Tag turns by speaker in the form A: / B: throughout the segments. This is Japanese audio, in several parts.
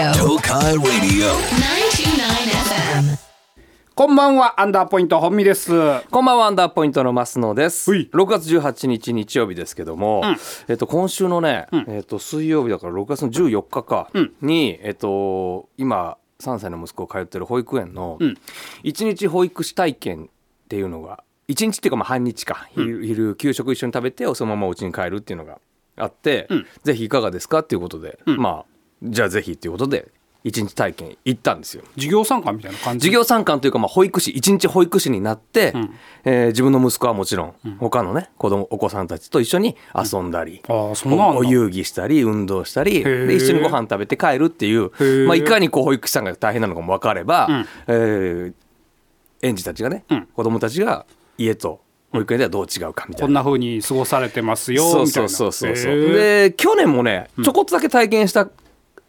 A: Sky Radio.
B: 929 FM.
C: こんばんは、アンダーポイント本美です。
D: こんばんはアンダーポイントの増野です。
C: はい
D: 6月18日日曜日ですけども、えっと今週のね、えっと水曜日だから6月の14日かに、えっと今3歳の息子を通ってる保育園の
C: ん
D: 一日保育士体験っていうのが一日っていうかまあ半日か、昼昼給食一緒に食べてそのままお家に帰るっていうのがあって、ぜひいかがですかっていうことで、まあじゃあぜひっていうことで一日体験行ったんですよ。
C: 授業参加みたいな感じ。
D: 授業参観というか、まあ、保育士一日保育士になって、えー自分の息子はもちろん、他のね子供お子さんたちと一緒に遊んだり、
C: ああ、そんな
D: お
C: んだ。
D: 遊戯したり運動したり
C: ー
D: で一緒にご飯食べて帰るってい
C: へー
D: う、まあ、いかにこう保育士さんが大変なのかも分かれば、
C: ん
D: えー園児たちがね、
C: うん
D: 子供たちが家と保育園ではどう違うかみた
C: こ
D: いな。
C: んな風に過ごされてますよ、みたい
D: そう
C: な。
D: そうそうそうそう
C: へー
D: で去年もねちょこっとだけ体験した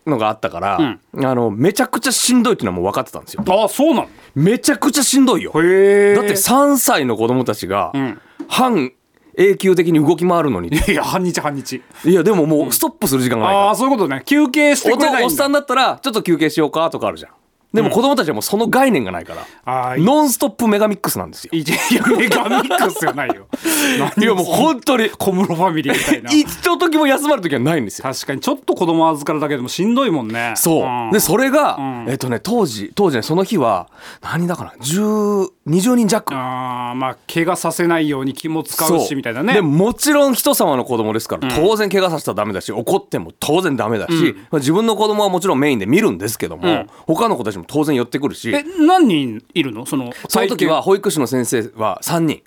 D: のがあったから、あのめちゃくちゃしんどいっていうのはもう分かってたんですよ
C: ああ、そうなの
D: めちゃくちゃしんどいよ
C: へえ。
D: だって3歳の子供たちが
C: ん
D: 半永久的に動き回るのに
C: いや、半日半日。
D: いやでももうストップする時間がない
C: あ
D: か
C: あ、そういうことね。休憩して
D: ら
C: くれな
D: お
C: い
D: おっ
C: ん
D: さ
C: だ
D: ん。だったらちょっと休憩しようかとかあるじゃんでも子供たちはもうその概念がないから
C: ああ、いい
D: ノンストップメガミックスなんですよ
C: いや、メガミックスじゃない よ。
D: いやもう本当に
C: 小室ファミリーみたいな。
D: 一時も休まる時はないんですよ
C: 確かに、ちょっと子供預かるだけでもしんどいもんね。
D: そう。で、
C: で、
D: それが、
C: うん
D: えっとね、当時、当時ね、その日は、何だかな、10、20人弱。
C: ああ、まあ、怪我させないように気も使うし、みたいなね。
D: でもちろん人様の子供ですから、当然怪我させたらダメだし怒っても当然ダメだし、まあ自分の子供はもちろんメインで見るんですけども、
C: ん
D: 他の子たちも当然寄ってくるし
C: え、何人いるのその、
D: その時は保育士の先生は3人、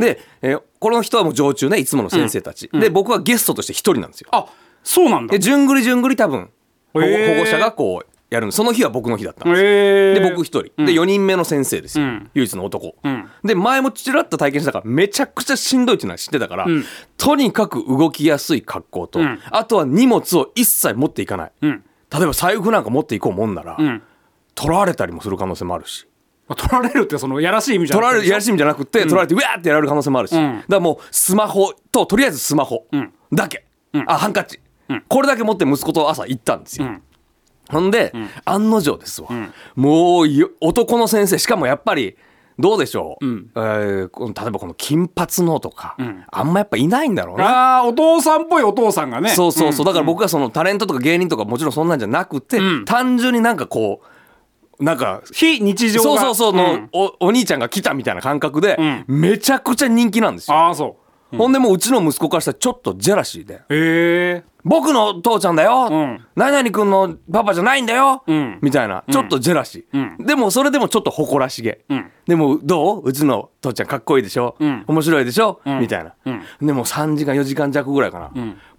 D: で、えーこの人はもう常駐ねいつもの先生たち、で僕はゲストとして1人なんですよ。
C: あそうなんだ
D: で。順繰り順繰り多分保護
C: へー
D: 保護者がこうやるのその日は僕の日だったんですよ
C: え
D: で僕1人、で4人目の先生ですよ、
C: うん
D: 唯一の男、
C: うん
D: で前もちらっと体験したからめちゃくちゃしんどいっていうのは知ってたから、
C: ん
D: とにかく動きやすい格好と、
C: うん
D: あとは荷物を一切持っていかない、
C: うん
D: 例えば財布なんか持っていこうもんなら、
C: ん
D: 取られたりもする可能性もあるし
C: まあ取られるってそのやらしい意味じゃ
D: 取
C: な
D: ら
C: く
D: れる
C: て
D: やらしい意味じゃなくて、取られてうわーってやられる可能性もあるし、
C: ん
D: だからもうスマホととりあえずスマホ
C: ん
D: だけ、あハンカチ、これだけ持って息子と朝行ったんですよ、
C: ん
D: ほんで、案の定ですわ、もうよ男の先生しかもやっぱりどうでしょう、えーこの例えばこの金髪のとか、あんまやっぱいないんだろうな
C: あーお父さんっぽいお父さんがね
D: そうそうそう、だから僕はそのタレントとか芸人とかもちろんそんなんじゃなくて、単純になんかこうなんか
C: 非日常が
D: そうそうそうの、
C: ん
D: おお兄ちゃんが来たみたいな感覚で、
C: ん
D: めちゃくちゃ人気なんですよ、
C: ああそ
D: ほんでもううちの息子からしたらちょっとジェラシーで
C: うへえ
D: 「僕の父ちゃんだよ、
C: ん
D: 何々君のパパじゃないんだよ、
C: ん
D: みたいなちょっとジェラシー、でもそれでもちょっと誇らしげ、
C: ん
D: でもどううちの父ちゃんかっこいいでしょ、
C: ん
D: 面白いでしょ、みたいな、
C: うん
D: でもう3時間4時間弱ぐらいかな、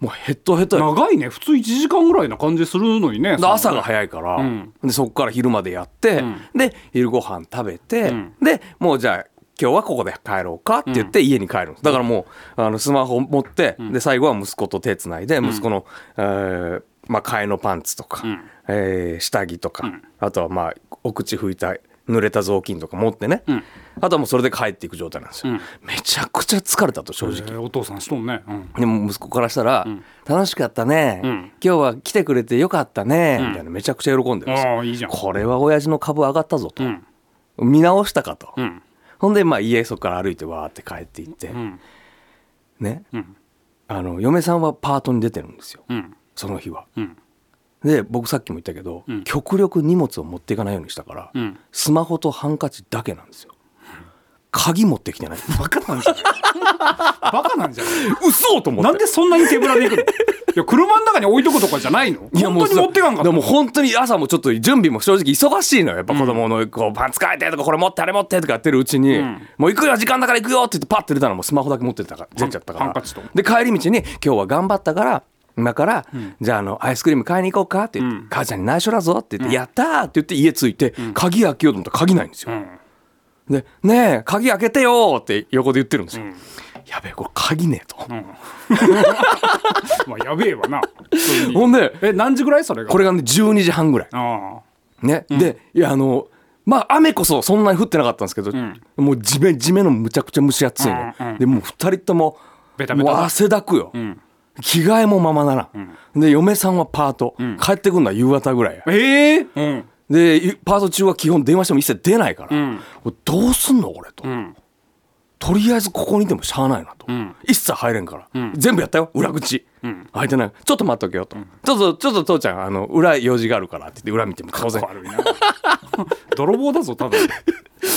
D: もうヘッドヘッドよ
C: 長いね普通1時間ぐらいな感じするのにね
D: で朝が早いから、
C: ん
D: でそこから昼までやって、で昼ご飯食べて、でもうじゃあ今日はここで帰ろうかって言って家に帰るんですだからもうあのスマホ持って、で最後は息子と手つないで息子の、えーまあ、替えのパンツとか、えー下着とか、あとはまあお口拭いた濡れた雑巾とか持ってね、あとはもうそれで帰っていく状態なんですよ、めちゃくちゃ疲れたと正直
C: へーお父さんしとんねうん
D: でも息子からしたら「楽しかったね、今日は来てくれてよかったね」みたいなめちゃくちゃ喜んでるんですよ
C: ああいいじゃん
D: これは親父の株上がったぞと、
C: ん
D: 見直したかと、
C: ん
D: ほんでまあ家そこから歩いてわーって帰っていって、
C: ん
D: ね、あの嫁さんはパートに出てるんですよ、
C: うん
D: その日は、
C: ん
D: で僕さっきも言ったけど、極力荷物を持っていかないようにしたから、
C: ん
D: スマホとハンカチだけなんですよ鍵持ってき てない
C: バカなんじゃないバカなんじゃない
D: 嘘 と思って
C: なんでそんなに手ぶらで行くのい や車の中に置いとくとかじゃないの本
D: いやも
C: 当
D: う
C: に持ってかんかっ
D: で
C: た
D: も本当に朝もちょっと準備も正直忙しいのよやっぱ子供のこうパンツ変えてとかこれ持ってあれ持ってとかやってるうちに、もう行くよ時間だから行くよって言ってパッて出たらもうスマホだけ持ってたから出ちゃったから
C: ハンカチと
D: で帰り道に「今日は頑張ったから今から、じゃああのアイスクリーム買いに行こうか」って言って、母ちゃんに内緒だぞ」って言って「やったー!」って言って家着いて、鍵開けようと思ったら鍵ないんですよ。
C: ん
D: で「ねえ鍵開けてよ!」って横で言ってるんですよ。やべえこれ鍵ねえと、
C: まあやべえわ な普通に
D: ほんで
C: え何時ぐらいそれが
D: これがね12時半ぐらい。
C: ああ
D: ね、でいやあのまあ雨こそそんなに降ってなかったんですけど、もう地面地面のむちゃくちゃ蒸し暑いの、
C: うんうん
D: でもう2人とも
C: ベタベタだ
D: もう汗だくよ、着替えもままならん、で嫁さんはパート、帰ってくんのは夕方ぐらいや
C: ええうん
D: でゆパート中は基本電話しても一切出ないから、
C: ん
D: これどうすんのこれと、
C: ん
D: とりあえずここにいてもしゃあないなと、
C: ん
D: 一切入れんから、全部やったよ裏口、入ってないちょっと待っとけよと、ちょっとちょっと父ちゃんあの裏用事があるからって言って裏見ても当然
C: 悪いな 泥棒だぞただの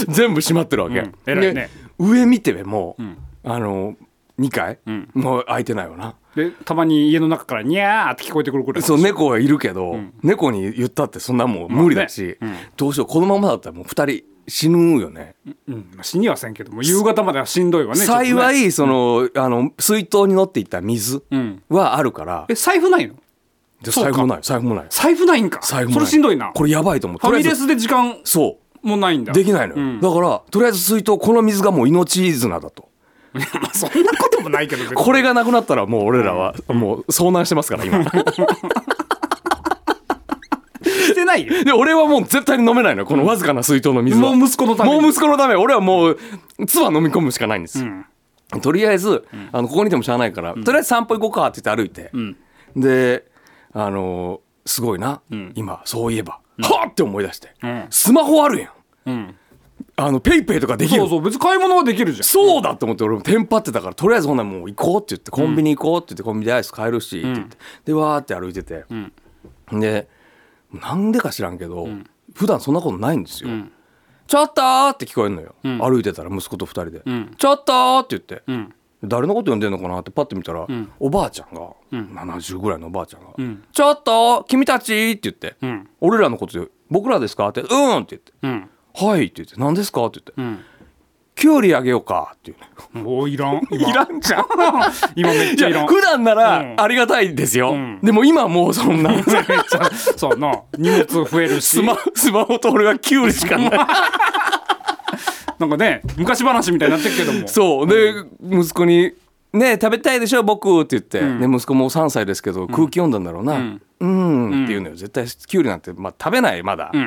D: 全部閉まってるわけ、
C: うん偉いね
D: で上見てもう、
C: ん
D: あの2階、
C: ん
D: もう開いてないよな
C: でたまに家の中からニャーって聞こえてくるくらい
D: そう猫はいるけど、猫に言ったってそんなもう無理だし、
C: まあね
D: どうしようこのままだったらもう2人死ぬよね
C: うんまあ死にはせんけども夕方まではしんどいわねちょっと
D: 幸
C: ね
D: いその,、あの水筒に乗っていった水
C: うん
D: はあるから、
C: え財布ないの
D: で
C: そう
D: 財
C: か
D: 布もない財布もない
C: 財布ないんか
D: 財布もな
C: そ
D: い
C: れしんどいな
D: これやばいと思う
C: ファミ
D: とりあ
C: レ
D: えず
C: スで時間
D: そ
C: もないん
D: う
C: だ
D: できないのよ、
C: うん
D: だからとりあえず水筒この水がもう命綱だと
C: まあそんなこともないけど別に
D: これがなくなったらもう俺らはもう遭難してますから今
C: してないよ
D: で俺はもう絶対に飲めないのよこのわずかな水筒の水は
C: もう息子のために
D: もう息子のため俺はもう唾飲み込むしかないんですよ、
C: ん
D: とりあえず、あのここにいてもしゃあないから、とりあえず散歩行こうかって言って歩いて、であのーすごいな、今そういえば、はあって思い出して、
C: ん
D: スマホあるやん
C: うん
D: あのペイペイとかできる
C: そうそう別に買い物はできるじゃん
D: そうだと思って俺もテンパってたからとりあえずほんならもう行こうって言ってコンビニ行こうって言ってコンビニでアイス買えるしって言ってでわーって歩いててでなんでか知らんけど普段そんなことないんですよ
C: ん
D: 「ちょっと!」って聞こえるのよ歩いてたら息子と二人で
C: ん
D: 「ちょっと!」って言って
C: うん
D: 誰のこと呼んでんのかなってパッて見たらおばあちゃんが70ぐらいのおばあちゃんが
C: ん
D: 「ちょっと君たち!」って言って
C: うん
D: 「俺らのこと僕らですか?」って「うん」って言って
C: うん
D: 「はい」って言って「何ですか?」って言っ
C: う
D: て
C: ん
D: 「きゅうりあげようか」って言うね
C: もういらん今
D: いらんじゃん。
C: 今めっ
D: い
C: ちゃいら
D: や
C: ん
D: 普段な
C: う
D: ら
C: ん
D: ありがたいですよ、
C: ん
D: でも今もうそんな
C: そうな荷物増えるし
D: スマスマホと俺がキュウリしかない
C: なんかね昔話みたいになってるけども
D: そうで、息子に「ねえ食べたいでしょ僕」って言って、
C: ん
D: で息子も3歳ですけど空気読んだんだろうな「うん」ん、って言うのよ絶対キュウリなんて、まあ、食べないまだ「う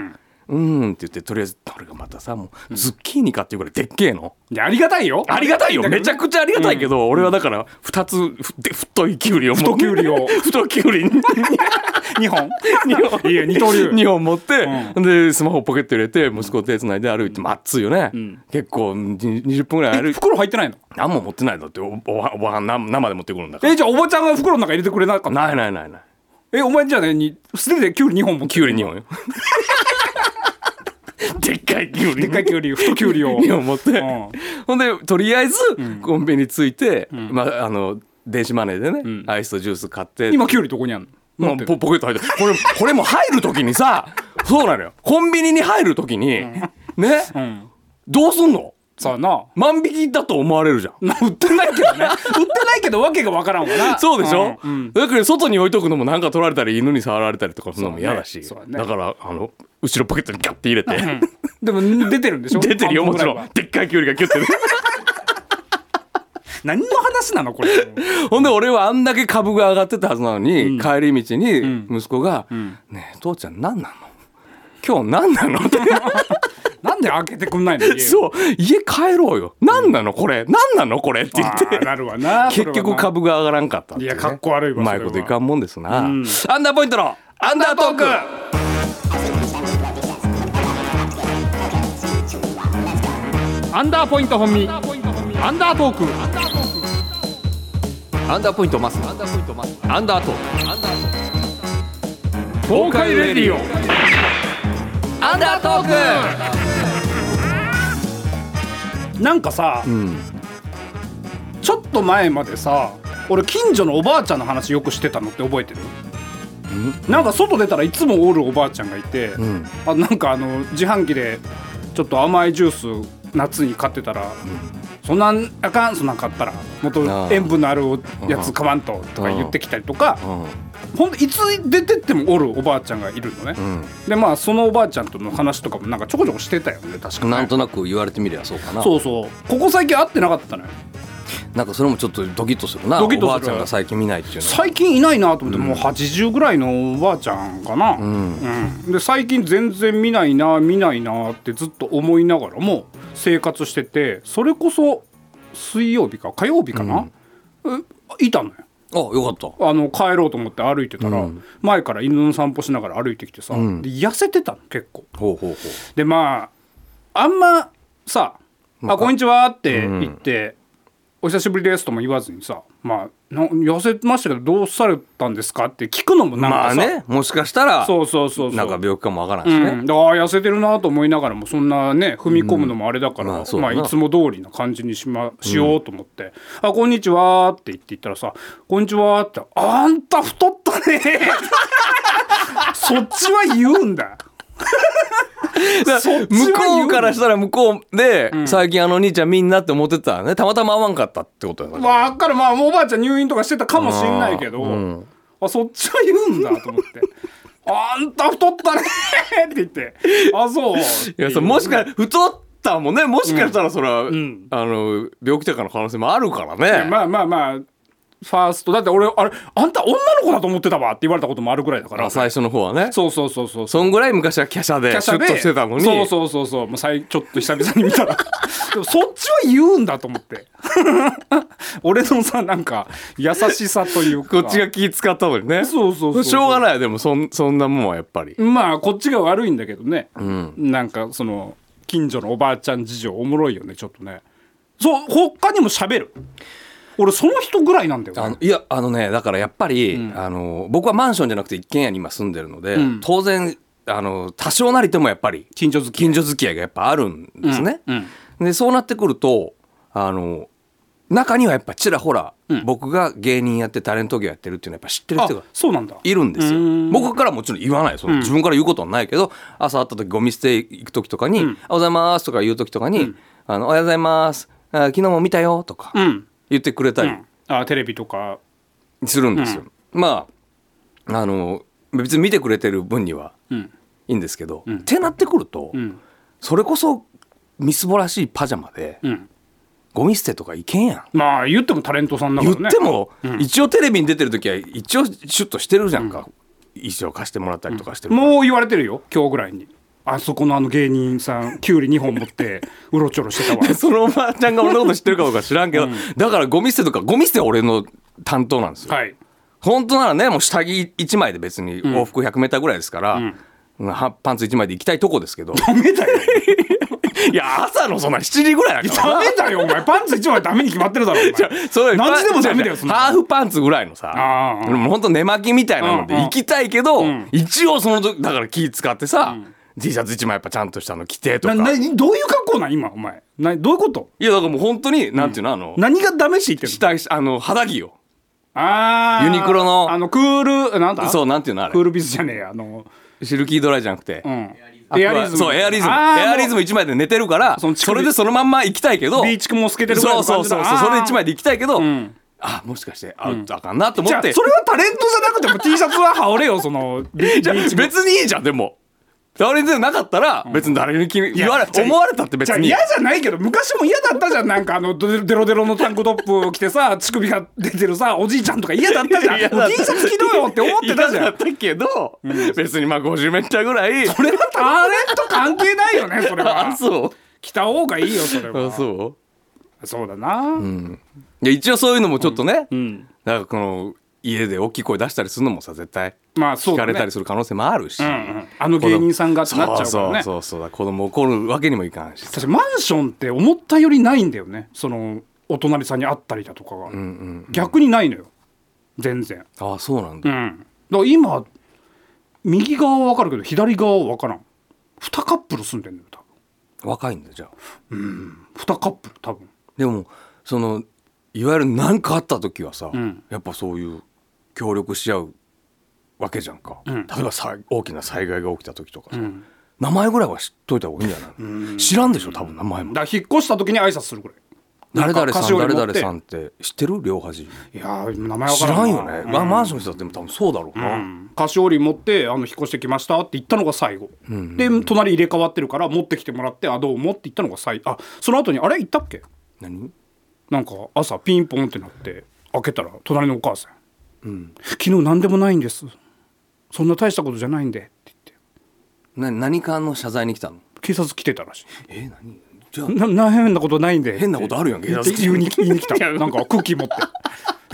C: うんん」
D: って言ってとりあえず俺がまたさもうズッキーニかっていうぐらいでっけえの。
C: いやありがたいよ
D: ありがたいよめちゃくちゃありがたいけど、俺はだから2つふで太いキュウリを持って
C: 太きゅうりを
D: 太きゅうりに
C: 日 本
D: 二本
C: いや二刀流
D: 二本持って、
C: う
D: でスマホポケット入れて息子手つないで歩いてまっついよね、
C: ん
D: 結構に20分ぐらい歩いて
C: 袋入ってないの
D: 何も持ってないだっておおはおはんな生で持ってくるんだから
C: えじゃあおばちゃんが袋の中入れてくれなかった
D: ないないないない
C: えお前じゃあねに捨ててキュウリ2本も
D: きゅうり2本よでっかいきゅうり
C: でっかいキュウリ太きゅうりを
D: 2本持って、
C: うん
D: ほんでとりあえずコンビニ着いて、まああの電子マネーでね、アイスとジュース買って
C: 今キュウリどこにあんの
D: も
C: 持っ
D: う
C: て
D: ポポケット入ってるこれこれも入る時にさそうなのよコンビニに入る時に、ね、
C: うん
D: どうすんの
C: さあな
D: 万引きだと思われるじゃん
C: まあ売ってないけどね売ってないけどわけがわからんわな
D: そうでしょ、
C: うんうん
D: だから外に置いとくのもなんか取られたり犬に触られたりとかそんなのも嫌だし
C: そう
D: だ,、
C: だね
D: からあの後ろポケットにガッて入れて
C: でも出てるんでしょ
D: 出てるよもちろ
C: 半分ぐらいは
D: んでっかいキュウリがキュッてね
C: 何の話なのこれ
D: ほんで俺はあんだけ株が上がってたはずなのに、帰り道に息子が「ねえ父ちゃん何なの今日何なの?」って
C: なんで開けてくんないの家を
D: そう家帰ろうよ何なのこれ何なのこれって言って
C: あーなるわな
D: 結局株が上がらんかったってうね
C: いやかっこ悪いわ
D: う
C: そ
D: ま
C: れ
D: い
C: は
D: こといかんもんですな、
C: ん
D: アンダーポイントのアンダートーク
C: アンダーポイント本身アンダートーク
D: アンダーポイントマスアンダーポイントマスアンダートーク
C: 東海レディオ
D: アンダートーク
C: なんかさ、
D: ん
C: ちょっと前までさ俺近所のおばあちゃんの話よくしてたのって覚えてるなんか外出たらいつもおるおばあちゃんがいて、
D: ん
C: あなんかあの自販機でちょっと甘いジュース夏に買ってたら、そんなんあかんそんなん買ったらもっ
D: あ
C: と
D: あ
C: 塩分のあるやつ買わんととか言ってきたりとか、ほんといつ出てってもおるおばあちゃんがいるのね、
D: ん
C: でまあそのおばあちゃんとの話とかもなんかちょこちょこしてたよね確か
D: うん、
C: ね
D: なんとなく言われてみればそうかな
C: そうそうここ最近会ってなかったのよ
D: なんかそれもちょっとドキッとするな
C: ドキッとする
D: おばあちゃんが最近見ないっていうのは
C: 最近いないなと思って、もう80ぐらいのおばあちゃんかな、
D: ん
C: うんで最近全然見ないな見ないなってずっと思いながらも生活しててそれこそ水曜日か火曜日かな、えいたのよ
D: あよかった
C: あの帰ろうと思って歩いてたら、前から犬の散歩しながら歩いてきてさ、で痩せてたの結構
D: ほうほうほう
C: でまああんまさ「あこんにちは」って言って「お久しぶりです」とも言わずにさ「まあな痩せましたけどどうされたんですか?」って聞くのもなん
D: ま
C: か
D: あ
C: さ、
D: ねもしかしたら
C: そうそうそうそう
D: なんか病気かもわからんしね、
C: うん、ああ痩せてるなと思いながらもそんなね踏み込むのもあれだから、
D: う
C: ま
D: んまあ
C: あ
D: そうだない
C: つも通りな感じにし,、ま、しようと思って「あこんにちは」って言って言ったらさ「こんにちは」って「あんた太ったね」 そっちは言うんだ
D: だから
C: ちは言う
D: 向こうからしたら向こうで、最近あの兄ちゃんみんなって思ってたらねたまたま会わんかったってことだから、
C: わかるまあおばあちゃん入院とかしてたかもしんないけどあ、そっちは言うんだと思って 「あんた太ったね」って言って「あそう」
D: いやそれもしか太ったもんねもしかしたらそれは、あの病気とかの可能性もあるからね、
C: まあまあまあファーストだって俺あれあんた女の子だと思ってたわって言われたこともあるぐらいだから
D: あ最初の方はね
C: そうそうそうそう
D: そんぐらい昔は華奢で
C: 華
D: シュ
C: 奢
D: ッ
C: で
D: としてたのに
C: そうそうそうそうもう最ちょっと久々に見た らでもそっちは言うんだと思って 俺のさなんか優しさという
D: こ
C: か
D: っちが気使ったのにね
C: そうそうそうそう
D: しょうがないでもそんそんなもんはやっぱり
C: まあこっちが悪いんだけどね、なんかその近所のおばあちゃん事情おもろいよねちょっとねそう他にも喋る俺その人ぐらいなんだよね
D: あのいやあのねだからやっぱり、あの僕はマンションじゃなくて一軒家に今住んでるので、
C: ん
D: 当然あの多少なりともやっぱり
C: 近所好き
D: 近所付き合いがやっぱあるんですね。
C: うん
D: でそうなってくるとあの中にはやっぱちらほら、僕が芸人やってタレント業やってるっていうのはやっぱ知ってる
C: あ
D: 人が
C: そうなんだ
D: いるんですよ
C: うーん
D: 僕からもちろん言わないその自分から言うことはないけど、朝会った時ゴミ捨て行く時とかに「おはようございます」とか言う時とかに「あのおはようございますあ昨日も見たよ」とか
C: うん
D: 言ってくれたり
C: あテレビとか
D: するんですよ。まああの別に見てくれてる分には
C: うん
D: いいんですけど、ってなってくると、
C: ん
D: それこそみすぼらしいパジャマで、
C: うん
D: ゴミ捨てとかいけんやん。
C: まあ言ってもタレントさんだか
D: 言
C: らね
D: っても、一応テレビに出てる時は一応シュッとしてるじゃんか、衣装貸してもらったりとかしてるから、
C: もう言われてるよ今日ぐらいにあそこのあの芸人さんきゅうり2本持って うろちょろしてたわ
D: そのおばあちゃんが俺のこと知ってるかどうか知らんけど、だからゴミ捨てとかゴミ捨ては俺の担当なんですよ、
C: はい
D: 本当ならねもう下着1枚で別に往復 100m ぐらいですから、はパンツ1枚で行きたいとこですけど
C: ダメ だよ
D: いや朝のそんな7時ぐらいだから
C: ダメだよお前パンツ一枚ダメに決まってるだろお前
D: そういう
C: 何時でもダメだよそんな
D: ハーフパンツぐらいのさ
C: ああ
D: でも本当寝巻きみたいなので
C: うんうん
D: 行きたいけど、
C: ん
D: 一応その時だから気使ってさ、T シャツ1枚やっぱちゃんとしたの着てとか
C: ななどういう格好なん今お前などういうこと
D: いやだからもう本当になんていうの、あの
C: 何がダメして言ってる
D: 下着あの肌着よ
C: のあー
D: ユニクロの
C: あのクールなんだ
D: そうなんていうのあ
C: クー
D: れ
C: ルビズじゃねえやあの
D: シルキードライじゃなくて、
C: うん
D: アクアそうエアリズムエ
C: あー
D: アリズム1枚で寝てるから
C: そ
D: そ
C: の乳首
D: れでそのまんま行きたいけど
C: ビーチクも透けてるぐらい
D: そう
C: の
D: そ
C: 感
D: う
C: じだ
D: そうそうそれ1
C: あー
D: 枚で行きたいけど、
C: ん
D: あもしかしてアウトあかんなと思
C: じゃ
D: っ
C: あ
D: て、
C: それはタレントじゃなくても T シャツは 羽織れよそのビ
D: じゃあ
C: ビーチ
D: 別にいいじゃんでも誰にでもなかったら別に誰に気に言われ
C: じゃあ
D: 思われたって別
C: じゃあ
D: に
C: 嫌じゃないけど昔も嫌だったじゃんなんかあのデロデロデロのタンクトップを着てさ乳首が出てるさおじいちゃんとか嫌だったじゃん
D: 嫌だった
C: もう T シャツ着ろよって思ってたじ
D: 嫌だ
C: ゃ
D: っ
C: ん
D: たけど、別にまあ50メーターぐらい
C: これはタレント関係ないよねそれ
D: あ
C: は
D: そう
C: 着た方がい いよそれ
D: あ
C: はそう
D: そ
C: だな、
D: ういや一応そういうのもちょっとね、
C: ん
D: なんかこの家で大きい声出したりするのもさ絶対
C: まあそう
D: 聞
C: だ
D: か
C: ね
D: れたりする可能性もあるし、
C: うんうんあの芸人さんがってなっちゃうからね
D: そうそうそうそうだ子供怒るわけにもいかんし
C: 私マンションって思ったよりないんだよねそのお隣さんに会ったりだとかが、逆にないのよ全然
D: ああそうなん
C: う
D: だ、
C: んだから今右側は分かるけど左側は分からん2カップル住んでんのよ多分
D: 若いんだじゃあ
C: 2カップル多分
D: でもそのいわゆる何かあった時はさ、
C: ん
D: やっぱそういう協力し合うわけじゃんか、
C: ん
D: 例えばさ大きな災害が起きた時とかさ、名前ぐらいは知っといた方がいいんじゃないの、知らんでしょ多分名前も
C: だから引っ越した時に挨拶するぐらい
D: 誰々
C: なんか菓
D: さ
C: 子
D: ん
C: 折り持っ
D: 誰々
C: て
D: さんって知ってる両端
C: いやー名前分
D: 知
C: から
D: ら
C: なん
D: よね、まあマンションの人だって多分そうだろうな、
C: うん菓子折り持ってあの引っ越してきましたって言ったのが最後、で隣入れ替わってるから持ってきてもらってあどうもって言ったのが最後あその後にあれ行ったっけ
D: 何
C: なんか朝ピンポンってなって開けたら隣のお母さん「昨日何でもないんですそんな大したことじゃないんで」って言って
D: な何かの謝罪に来たの
C: 警察来てたらしい
D: え何じゃあ
C: 「なな変なことないんで」
D: 変なことあるやん警
C: 警
D: 察
C: 察
D: 来 て
C: 言いに来たなんかクッキー持って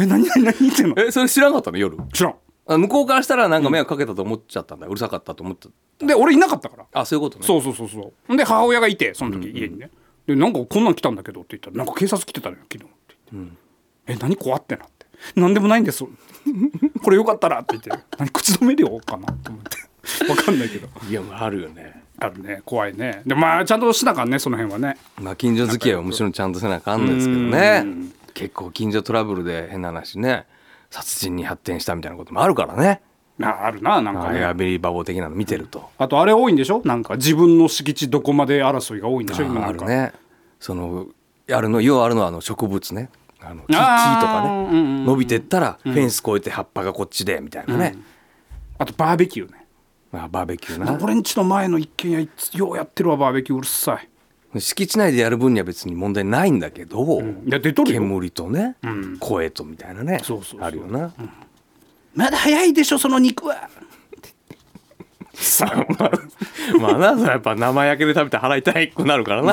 C: え何何何言ってんの
D: えそれ知らんかったの夜
C: 知らん
D: あ向こうからしたらなんか迷惑かけたと思っちゃったんだ、うるさかったと思った
C: で俺いなかったから
D: あそういうことね
C: そうそうそうそうで母親がいてその時家にね、でなんかこんなん来たんだけどって言ったら「なんか警察来てたのよ昨日」って言って「え何怖ってなって「何でもないんです」 これよかったら」って言って「何口止め料かな?」と思って分かんないけど
D: いやまああるよね
C: あるね怖いねでまあちゃんとしなあかんねその辺はね
D: まあ近所付き合いはもちろんちゃんとせなあかんのですけどね結構近所トラブルで変な話ね殺人に発展したみたいなこともあるからね
C: なあるななんか
D: あ
C: ね
D: やべりバボ的なの見てると、
C: あとあれ多いんでしょなんか自分の敷地どこまで争いが多いんでしょ今
D: あ
C: なん
D: る
C: か
D: ねそのあるの要はあるのはあの植物ねあの木木と
C: あー
D: か
C: うんうんう
D: ね
C: ん
D: 伸びてったらフェンス越えて葉っぱがこっちでみたいなね、
C: あとバーベキューね
D: まあ、バーベキュー
C: なんか
D: な
C: 俺んちの前の一軒家いつようやってるわバーベキューうるさい
D: 敷地内でやる分には別に問題ないんだけど、
C: いや出とるよ
D: 煙とね、
C: ん
D: 声とみたいなね
C: そうそうそう
D: あるよな、
C: まだ早いでしょその肉は
D: さあまあ まあなそれはやっぱ生焼けで食べて腹痛くなるからな、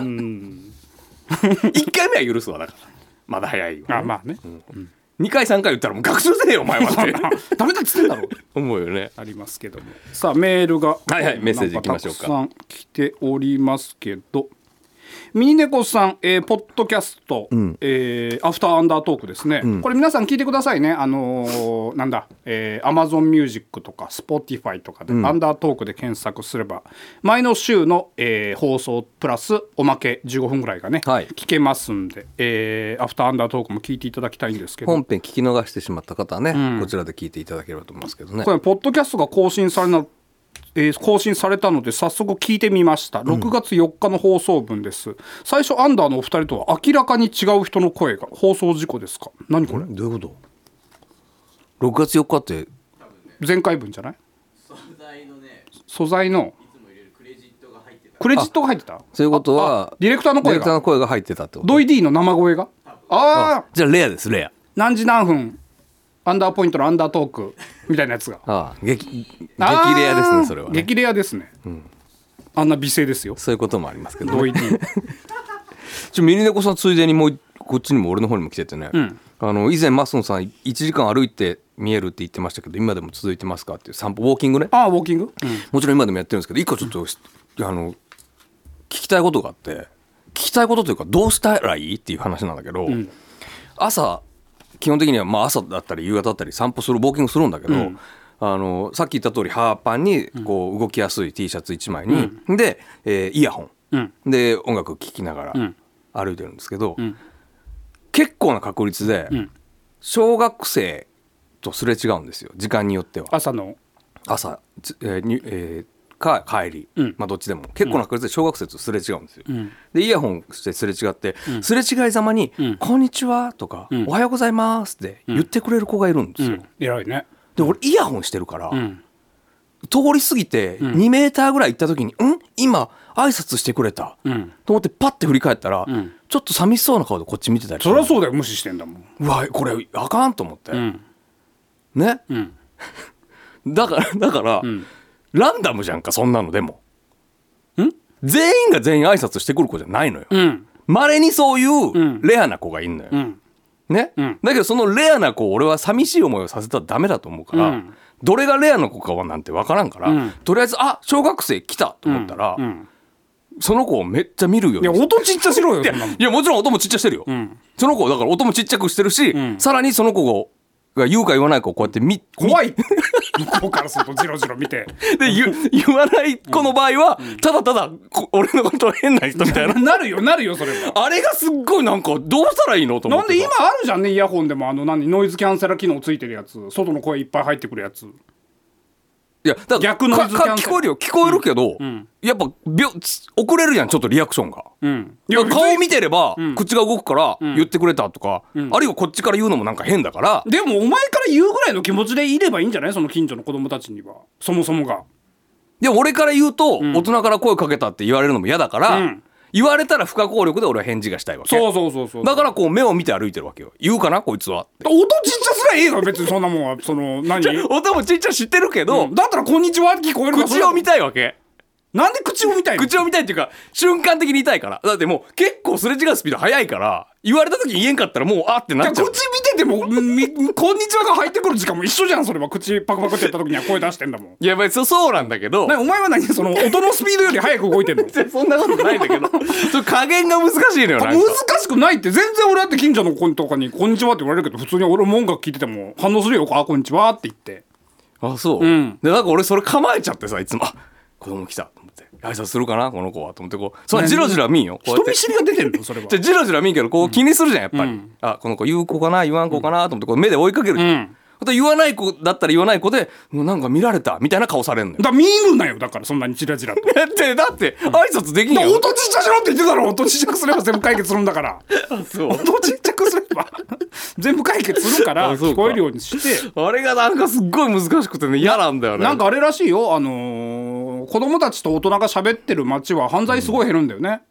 D: 一回目は許すわだからまだ早いよ、
C: あまあね、
D: 2回3回言ったらもう学習せえよお前 はって
C: ダメだっつってんだろう
D: 思うよね
C: ありますけどもさあメールが
D: はいはい
C: えー
D: メッセージいきましょうか
C: なんたくさん来ておりますけどミニネコさん、えーポッドキャスト、えーアフターアンダートークですね、これ皆さん聞いてくださいねあのーなんだ、えー、Amazon ミュージックとか Spotify とかで、アンダートークで検索すれば前の週の、えー放送プラスおまけ15分ぐらいがね、
D: はい
C: 聞けますんで、えーアフターアンダートークも聞いていただきたいんですけど
D: 本編聞き逃してしまった方はね、こちらで聞いていただければと思いますけどね
C: これポッドキャストが更新されな、えー更新されたので早速聞いてみました6月4日の放送分です、最初アンダーのお二人とは明らかに違う人の声が放送事故ですか何これ
D: どういうこと6月4日って
C: 前回分じゃない
A: 素材のねい
C: 素材の
A: つも入れるクレジットが入ってた
C: クレジットが入ってた
D: そういうことは
C: あディレクターの
D: ディ
C: 声
D: レクタ
C: が
D: ーの声が入ってたってこと
C: ドイディの生声がああ
D: じゃあレアですレア
C: 何時何分アンダーポイントのアンダートークみたいなやつが
D: ああ激激
C: あー
D: レアですねそれはね
C: 激レアですね、あんな美声ですよ
D: そういうこともありますけどね
C: ドイディ
D: ちょミニネコさんついでにもうこっちにも俺の方にも来ててね、あの以前マスンさん1時間歩いて見えるって言ってましたけど今でも続いてますかっていう散歩ウォーキングね
C: ああウォーキング、うん
D: もちろん今でもやってるんですけど一個ちょっと、あの聞きたいことがあって聞きたいことというかどうしたらいいっていう話なんだけど、朝基本的にはまあ朝だったり夕方だったり散歩するウォーキングするんだけど、あのさっき言った通りハーパンにこう動きやすい T シャツ1枚に、で、えーイヤホン、
C: うん
D: で音楽聴きながら
C: ん
D: 歩いてるんですけど、
C: ん
D: 結構な確率で
C: ん
D: 小学生とすれ違うんですよ時間によっては
C: 朝の
D: 朝、つえーにえーか帰り、
C: うん
D: まあ、どっちでも結構な確率で小学生とすれ違うんですよ、
C: ん
D: でイヤホンしてすれ違って、すれ違いざまに「
C: ん
D: こんにちは」とか、
C: ん
D: おはようございます」って言ってくれる子がいるんですよ、
C: 偉いね
D: で俺イヤホンしてるから、
C: ん
D: 通り過ぎて2メーターぐらい行った時に「ん今挨拶してくれた」
C: ん
D: と思ってパッて振り返ったら、
C: ん
D: ちょっと寂しそうな顔でこっち見てたり
C: そりゃそうだよ無視してんだもん
D: うわこれあかんと思って、
C: ん
D: ね
C: うん
D: だからだから、ランダムじゃんかそんなのでも全員が全員挨拶してくる子じゃないのよ
C: うん
D: まれにそういううんレアな子がいんのよ、
C: うん
D: ね、
C: うん
D: だけどそのレアな子を俺は寂しい思いをさせたらダメだと思うから、
C: うん
D: どれがレアの子かはなんて分からんから、
C: うん
D: とりあえずあ小学生来たと思ったら、
C: うん
D: その子をめっちゃ見るよう
C: い
D: に
C: や
D: して
C: 音ちっちゃしろよそんなもん
D: いやもちろん音もちっちゃしてるよ、
C: ん
D: その子をだから音もちっちゃくしてるし、
C: ん
D: さらにその子が言うか言わないかをこうやって見
C: 怖いって 向こうからするとジロジロ見て
D: で言 言わない子の場合は、ただただこ俺のことを変な人みたい な
C: なるよなるよそれは
D: あれがすっごいなんかどうしたらいいのと思
C: な
D: っ
C: ん
D: て
C: で
D: さ
C: 今あるじゃんねイヤホンでもあの何ノイズキャンセラー機能ついてるやつ外の声いっぱい入ってくるやつ
D: いやだから
C: 逆ノイズ
D: か
C: キャンセ
D: 聞
C: ル
D: こえるよ聞こえるけど、やっぱ秒つ遅れるやんちょっとリアクションが。
C: うんい
D: だから顔
C: 別に
D: 見てれば、口が動くから言ってくれたとか、あるいはこっちから言うのもなんか変だから、
C: でもお前から言うぐらいの気持ちでいればいいんじゃないその近所の子供たちにはそもそもが
D: でも俺から言うと、大人から声かけたって言われるのも嫌だから、
C: うん
D: 言われたら不可抗力で俺は返事がしたいわけ
C: そうそうそうそう
D: だからこう目を見て歩いてるわけよ言うかなこいつは
C: 音ちっちゃすらええよ別にそんなもんはその何
D: 音もちっちゃ知ってるけど、
C: だったら「こんにちは」って聞こえるから
D: 口を見たいわけ
C: なんで口を見たいの
D: 口を見たいっていうか瞬間的に痛いからだってもう結構すれ違うスピード速いから言われた時に言えんかったらもうあって
C: じ
D: な
C: ゃ
D: っ
C: あ
D: ちゃ
C: 口
D: う
C: 見ててもみ「こんにちは」が入ってくる時間も一緒じゃんそれは口パクパクってやった時には声出してんだもん
D: いやまあそうそうなんだけ ど
C: なお前は何その音のスピードより速く動いてんの
D: そんなことないんだけ どそれ加減が難しいのよなん
C: 難
D: か
C: しくないって全然俺だって近所の子とかに「こんにちは」って言われるけど普通に俺も音楽聴いてても反応するよ「あこんにちは」って言って
D: あそう、
C: ん
D: でなんか俺それ構えちゃってさいつもあ子供来たと思って挨拶するかなこの子はと思ってこうそんなジロジロは見んよこうや
C: 人
D: って
C: 見知りが出てるのそ れは
D: じゃあジロジロは見んけどこう気にするじゃんやっぱり、あこの子言う子かな言わん子かなと思ってこう目で追いかけるじゃん、
C: うん
D: あと言わない子だったら言わない子でもうなんか見られたみたいな顔されんのよ
C: だから見るなよだからそんなにチラチラ と。
D: だってだって挨拶できん
C: だから
D: よ
C: 音ちっちゃしろって言ってたろ音ちっちゃくすれば全部解決するんだ から
D: そう
C: 音ちっちゃくすれば全部解決するから
D: あそう
C: 聞
D: か
C: こえるようにして
D: あれがなんかすっごい難しくてね嫌なんだよね
C: なんかあれらしいよあのー子供たちと大人が喋ってる街は犯罪すごい減るんだよね、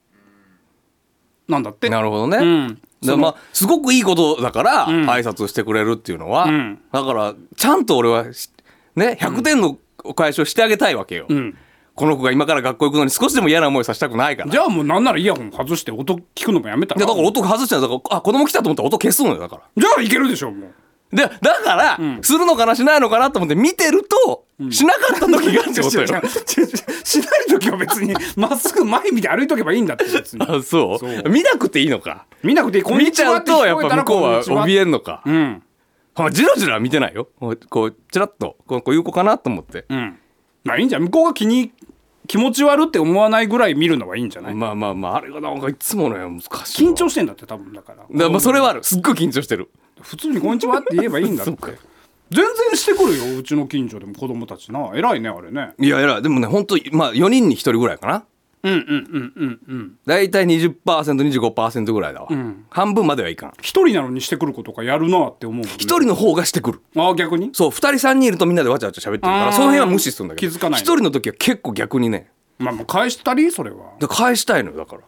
C: なんだって
D: なるほどね、
C: うん
D: だからまあすごくいいことだから
C: ん
D: 挨拶してくれるっていうのは、
C: うん
D: だからちゃんと俺はしね100点のお返しをしてあげたいわけよ、
C: うん
D: この子が今から学校行くのに少しでも嫌な思いさせたくないから
C: じゃあもうなんならイヤホン外して音聞くのもやめた
D: い
C: ら
D: やだから音外しちゃうだからあ子供来たと思ったら音消すのよだから
C: じゃあいけるでしょもう
D: でだから、するのかなしないのかなと思って見てると、しなかった時があるっ てこと
C: 違う違う
D: よ
C: 違う違うしない時は別にまっすぐ前見て歩いとけばいいんだって別に
D: あそう
C: そう
D: 見なくていいのか
C: 見なくていいこんに
D: 見ち
C: ち
D: ゃ
C: は
D: う
C: って聞
D: とやっ
C: こえた
D: ぱ
C: ら
D: 向こうは
C: こんにちは
D: 怯えんのか
C: うん
D: ほらジロジロは見てないよほらこうちらっとこの子有効かなと思って
C: うんまあいいんじゃん向こうが気に気持ち悪って思わないぐらい見るのはいいんじゃない
D: まあまあまああれがなんかいつものよ難しいわ
C: 緊張してんだって多分だから
D: だからまあそれはあるすっごい緊張してる
C: 普通に「こんにちは」って言えばいいんだっ て全然してくるようちの近所でも子供たちな偉いねあれね
D: いやいやでもね本当まあ4人に1人ぐらいかな
C: うんうんうんうんうん
D: 大体 20%25% ぐらいだわ、
C: ん
D: 半分まではいかん1
C: 一人なのにしてくることかやるなって思うもんね
D: 人の方がしてくる
C: ああ逆に
D: そう2人3人いるとみんなでわちゃわちゃ喋ってるか
C: あー
D: らその辺は無視するんだけど
C: 気づかない
D: 1人の時は結構逆にね
C: まあまあ返したりそれは
D: だから返したいのよだから、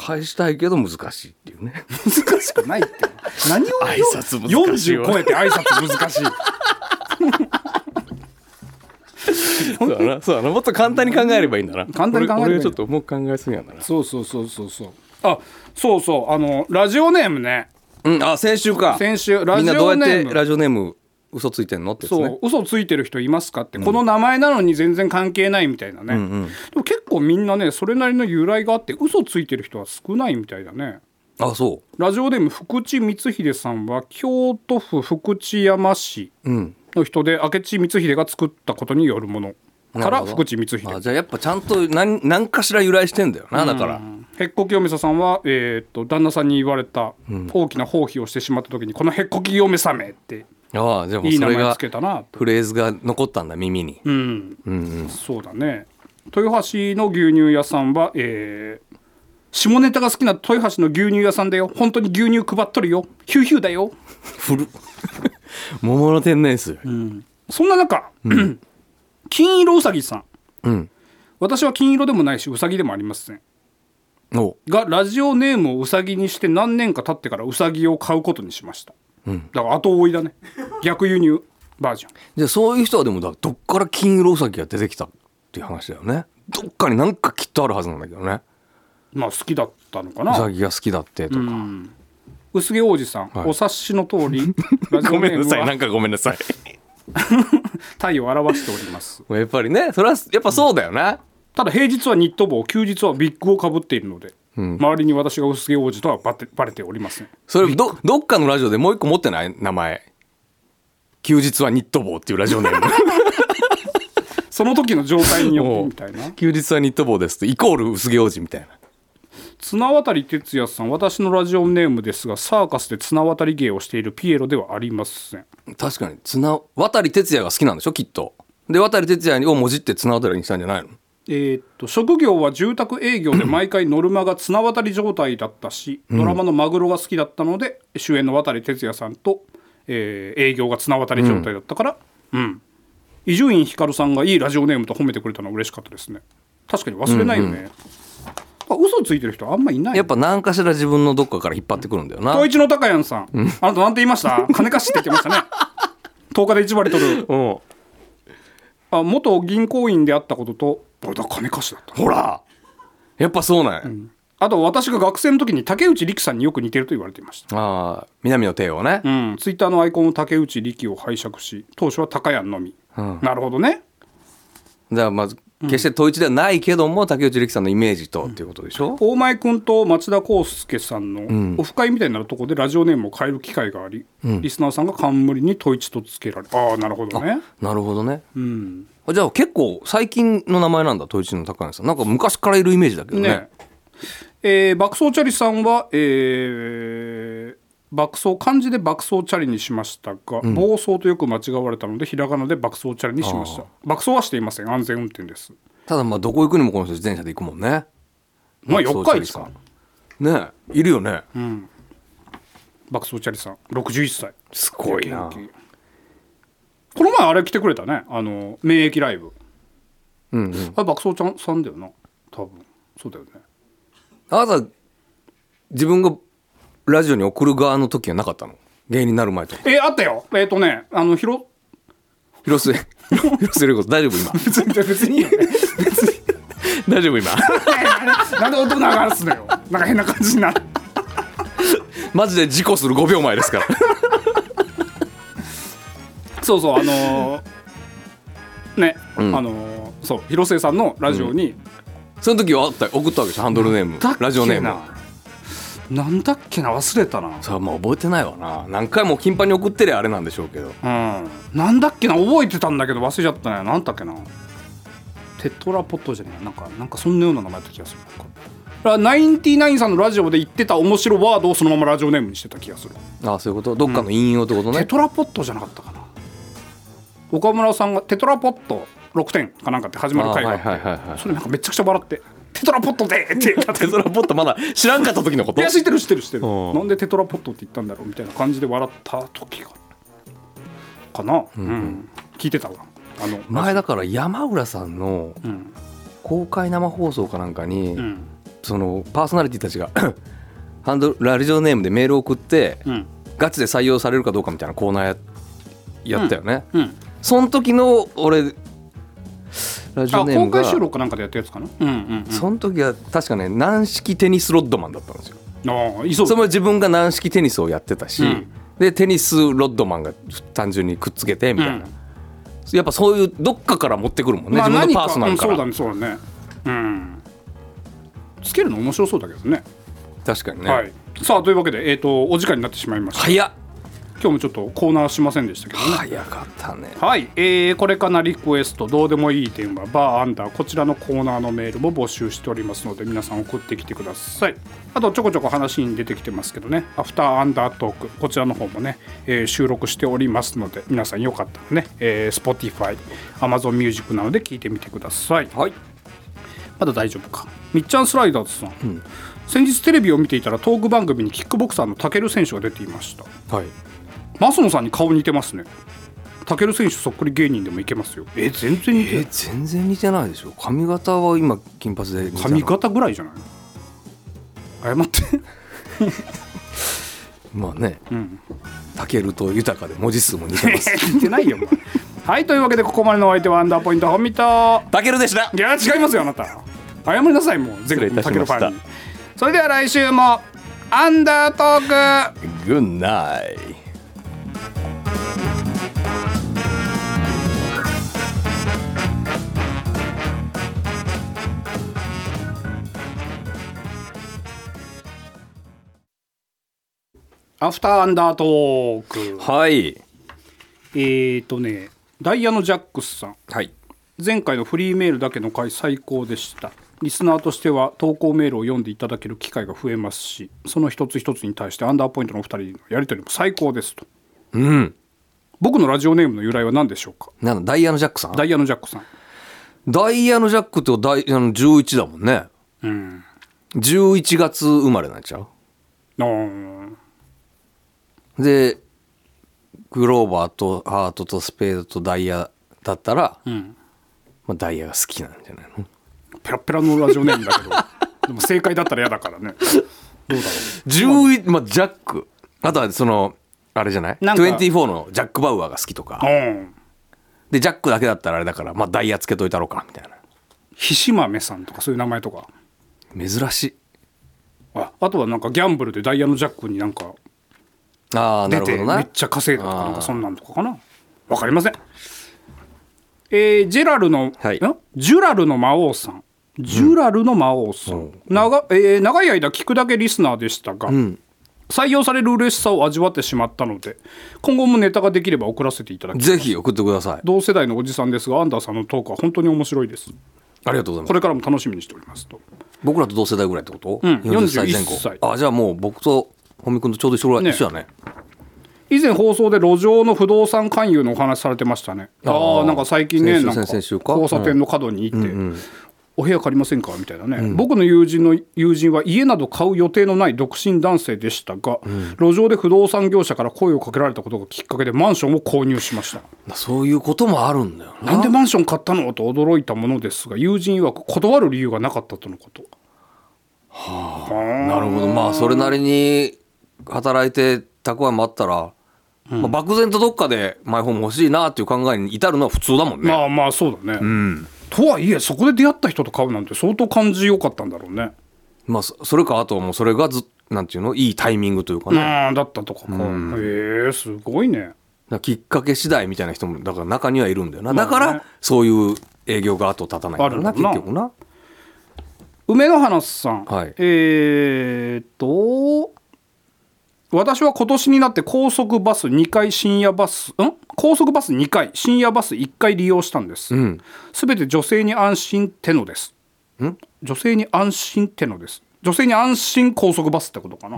D: 返したいけど難しいっていうね
C: 難しくないって何を
D: 挨拶難しいわ
C: 40超えて挨拶難しい
D: そうだなそうだなもっと簡単に考えればいいんだな
C: 簡単に考えればいい
D: 俺俺ちょっともう考えすぎやんだな
C: そうそうそうそうそうあそうそうあのラジオネームね
D: うんあ先週か
C: 先週ラ
D: みん
C: ジ
D: などう
C: オ
D: やっ
C: ネ
D: て
C: ーム
D: ラジオネーム嘘ついてんのってやつ
C: そう、
D: ね
C: 嘘ついてる人いますかって、この名前なのに全然関係ないみたいなね、でも結構みんなねそれなりの由来があって嘘ついてる人は少ないみたいだね
D: あそ
C: ラジオネーム福地光秀さんは京都府福知山市
D: ううん
C: の人で明智光秀が作ったことによるものか
D: なる
C: ら
D: ほど
C: 福知光
D: あ
C: 秀
D: じゃあやっぱちゃんと何何かしら由来してんだよなだから、
C: へっこき嫁ささんは、えーっと旦那さんに言われた大きな放棄をしてしまった時に、このへっこき嫁さめって
D: ああじゃあもう
C: いい
D: そ
C: 名
D: れ
C: 前
D: が
C: つけたなと
D: フレーズが残ったんだ耳に、
C: うん
D: うんうん、
C: そうだね豊橋の牛乳屋さんは、えー下ネタが好きな豊橋の牛乳屋さんだよ本当に牛乳配っとるよヒューヒューだよ
D: 古っ 桃の天然水
C: そんな中、 金色うさぎさん
D: うん、
C: 私は金色でもないしうさぎでもありません
D: お
C: がラジオネームをうさぎにして何年か経ってからうさぎを買うことにしました、だから後追いだね逆輸入バージョン
D: じゃあそういう人はでもだどっから金色ウサギが出てきたっていう話だよねどっかになんかきっとあるはずなんだけどね
C: まあ好きだったのか
D: ウ
C: な
D: サギが好きだってとか、
C: 薄毛王子さん、
D: はい
C: お察しの通 りラジオ
D: ごめ
C: ネー
D: んな
C: ム
D: さいな
C: は
D: んかごめんなさい
C: 体を表しております
D: やっぱりねそれはやっぱそうだよな、
C: ただ平日はニット帽休日はビッグをかぶっているので、周りに私が薄毛王子とはバテバレておりません
D: それどどっかのラジオでもう一個持ってない名前休日はニット帽っていうラジオネーム
C: その時の状態によって
D: おう
C: みたい な
D: 休日はニット帽ですってイコール薄毛王子みたいな
C: 綱渡哲也さん私のラジオネームですがサーカスで綱渡り芸をしているピエロではありません
D: 確かに綱渡哲也が好きなんでしょきっとで渡哲也をもじって綱渡りにしたんじゃないの
C: えーっと職業は住宅営 業で毎回ノルマが綱渡り状態だったし、ドラマのマグロが好きだったので主演の渡哲也さんと、えー営業が綱渡り状態だったからうん伊集院光さんがいいラジオネームと褒めてくれたのは嬉しかったですね確かに忘れないよね、あ嘘ついてる人あんまいない
D: やっぱ何かしら自分のどっかから引っ張ってくるんだよな
C: 統一の高やんさん、あなたなんて言いました 金貸しって言ってましたね10日で1割取る
D: うん
C: あ元銀行員であったことと俺だ金貸しだった
D: ほらやっぱそうなんや、
C: あと私が学生の時に竹内力さんによく似てると言われていました
D: ああ南の帝王ね、
C: うん、ツイッターのアイコンを竹内力を拝借し当初は高谷のみ、
D: うん
C: なるほどね
D: だからまず決して統一ではないけども、竹内力さんのイメージとっていうことでしょ、
C: 大前君と町田康介さんのオフ会みたいなとこでラジオネームを変える機会があり、リスナーさんが冠に「統一」とつけられああなるほどね
D: なるほどね
C: うん
D: あじゃあ結構最近の名前なんだ統一の高柳さんなんか昔からいるイメージだけどね
C: ねえー爆走チャリさんは、えー爆走漢字で爆走チャリにしましたが、暴走とよく間違われたのでひらがなで爆走チャリにしました爆走はしていません安全運転です
D: ただまあどこ行くにもこの人自転車で行くもんね
C: まあ四日市
D: さ
C: か
D: んねいるよね、
C: 爆走チャリさん61歳
D: すごいな
C: 元気この前あれ来てくれたねあの免疫ライブ
D: うんうん、
C: あれ爆走ちゃんさんだよな多分そうだよね
D: あなた自分がラジオに送る側の時はなかったの芸人になる前とか
C: えーあったよえっ、とねあの広
D: 広 末広末涼子大丈夫今
C: 別に別にいいよね
D: 大丈夫 今
C: なんで音流すのよなんか変な感じになる
D: マジで事故する5秒前ですから
C: そうそうあのーね、
D: ん
C: あのーそう広末さんのラジオに、
D: その時はあった送ったわけでしょハンドルネーム
C: だっけな
D: ラジオネーム
C: なんだっけな忘れたな
D: さあまあ覚えてないわな何回も頻繁に送ってりゃあれなんでしょうけど
C: うんなんだっけな覚えてたんだけど忘れちゃったねなんだっけなテトラポットじゃねえなんかなんかそんなような名前だった気がするなんかだからナインティナインさんのラジオで言ってた面白ワードをそのままラジオネームにしてた気がする
D: ああそういうことどっかの引用ってことね、
C: テトラポットじゃなかったかな岡村さんが「テトラポット6点」かなんかって始まる回があって、
D: あはいはいはいはい
C: それなんかめちゃくちゃ笑って「テトラポットで!」って 言ったって
D: テトラポットまだ知らんかった時のこ
C: い
D: と
C: や知ってる知ってる知ってる
D: うん
C: なんでテトラポットって言ったんだろうみたいな感じで笑った時がかな、うん聞いてたわあの
D: 前だから山浦さんの
C: うん
D: 公開生放送かなんかに、
C: うん
D: そのパーソナリティたちが ハンドルラジオネームでメールを送って
C: うん
D: ガチで採用されるかどうかみたいなコーナーややったよね、
C: うん
D: その時の俺ラジ
C: あ
D: オネーム
C: 公
D: が
C: 開収録かなんかでやったやつかなうんうん、
D: その時は確かね軟式テニスロッドマンだったんですよ
C: うん、ああいそう
D: それも自分が軟式テニスをやってたし、
C: うん
D: でテニスロッドマンが単純にくっつけてみたいな、
C: うん
D: やっぱそういうどっかから持ってくるもんね、
C: まあ
D: 自
C: 何
D: 分のパーソナルから、
C: うんそうだねそうだねうんつけるの面白そうだけどね
D: 確かにね、
C: はいさあというわけで、えー、とお時間になってしまいました
D: 早っ
C: 今日もちょっとコーナーしませんでしたけどね
D: 早かったね
C: はい、えーこれからリクエストどうでもいい点はバーアンダーこちらのコーナーのメールも募集しておりますので皆さん送ってきてくださいあとちょこちょこ話に出てきてますけどねアフターアンダートークこちらの方もね、えー収録しておりますので皆さんよかったらね、えー Spotify Amazon Music などで聞いてみてください
D: はい
C: まだ大丈夫かみっちゃんスライダーズさん、先日テレビを見ていたらトーク番組にキックボクサーのタケル選手が出ていました
D: はい
C: マスノさんに顔似てますねタケル選手そっくり芸人でもいけますよえ全然似て
D: え全然似てないでしょ髪型は今金髪で似てない
C: 髪型ぐらいじゃない謝って
D: まあね、たけると豊かで文字数も似てます
C: 似てないよお前はいというわけでここまでのお相手はアンダーポイント本見た
D: たけるでした
C: いや違いますよあなた謝りなさいもう全国のタケルファンに
D: 失礼いたし
C: それでは来週もアンダートーク
D: Good night
C: アフターアンダートーク
D: はい
C: えーとねダイヤのジャックスさん
D: はい
C: 前回のフリーメールだけの回最高でしたリスナーとしては投稿メールを読んでいただける機会が増えますしその一つ一つに対してアンダーポイントのお二人のやり取りも最高ですと
D: うん
C: 僕のラジオネームの由来は何でしょうか
D: なんだダイヤのジャックさん
C: ダイヤのジャックさん
D: ダイヤのジャックってことはダイヤの11だもんね
C: うん
D: 11月生まれなんちゃ
C: あー
D: うでグローバーとハートとスペードとダイヤだったら、
C: ん
D: まあ、ダイヤが好きなんじゃないの
C: ペラペラのラジオネームだけどでも正解だったら嫌だからねどうだろ
D: 11まあジャックあとはそのあれじゃない
C: なんか
D: 24のジャック・バウアーが好きとか
C: ううん
D: でジャックだけだったらあれだからまあダイヤつけといたろうかみたいな
C: ひしまめさんとかそういう名前とか
D: 珍しい
C: ああとはなんかギャンブルでダイヤのジャックになんか
D: ああ
C: 出
D: なるほ
C: て
D: ど
C: め
D: な
C: っちゃ稼いだとか
D: あー
C: なんかそんなんとかかなわかりませんえージェラルの、
D: はい
C: んジュラルの魔王さんジュラルの魔王さん、長えー長い間聞くだけリスナーでしたが、採用される嬉しさを味わってしまったので今後もネタができれば送らせていただきます
D: ぜひ送ってください
C: 同世代のおじさんですがアンダーさんのトークは本当に面白いです
D: ありがとうご
C: こ
D: ざいます
C: れからも楽しみにしておりますと
D: 僕らと同世代ぐらいってこと、うん40歳前後
C: 41歳
D: あじゃあもう僕と本見君とちょうど一緒ぐらい、
C: ね
D: 一緒だね
C: 以前放送で路上の不動産勧誘のお話されてましたね
D: あ
C: あ
D: ー
C: あなんか最近ね
D: 先週
C: なんか
D: 先々週か
C: 交差点の角に行って、お部屋借りませんかみたいなね、僕の友人の友人は家など買う予定のない独身男性でしたが、路上で不動産業者から声をかけられたことがきっかけでマンションを購入しました
D: そういうこともあるんだよな
C: なんでマンション買ったのと驚いたものですが友人曰く断る理由がなかったとのこと
D: なるほどまあそれなりに働いて蓄えもあったら、まあ、漠然とどっかでマイホーム欲しいなっていう考えに至るのは普通だもんね、
C: まあまあそうだね、とはいえそこで出会った人と買うなんて相当感じよかったんだろうね
D: まあそそれかあとはもうそれがずなんていうのいいタイミングというかね、だか
C: ああだったとかか、へえすごいね
D: らきっかけ次第みたいな人もだから中にはいるんだよなだか
C: まあね
D: らそういう営業が後を絶たないんだろうな
C: あるんだ
D: 結
C: な
D: 局な
C: 梅の花さん、
D: はい
C: えーっと私は今年になって高速バス2回深夜バスん高速バス2回深夜バス1回利用したんです、
D: ん
C: すべて女性に安心ってのです
D: ん
C: 女性に安心ってのです女性に安心高速バスってことかな、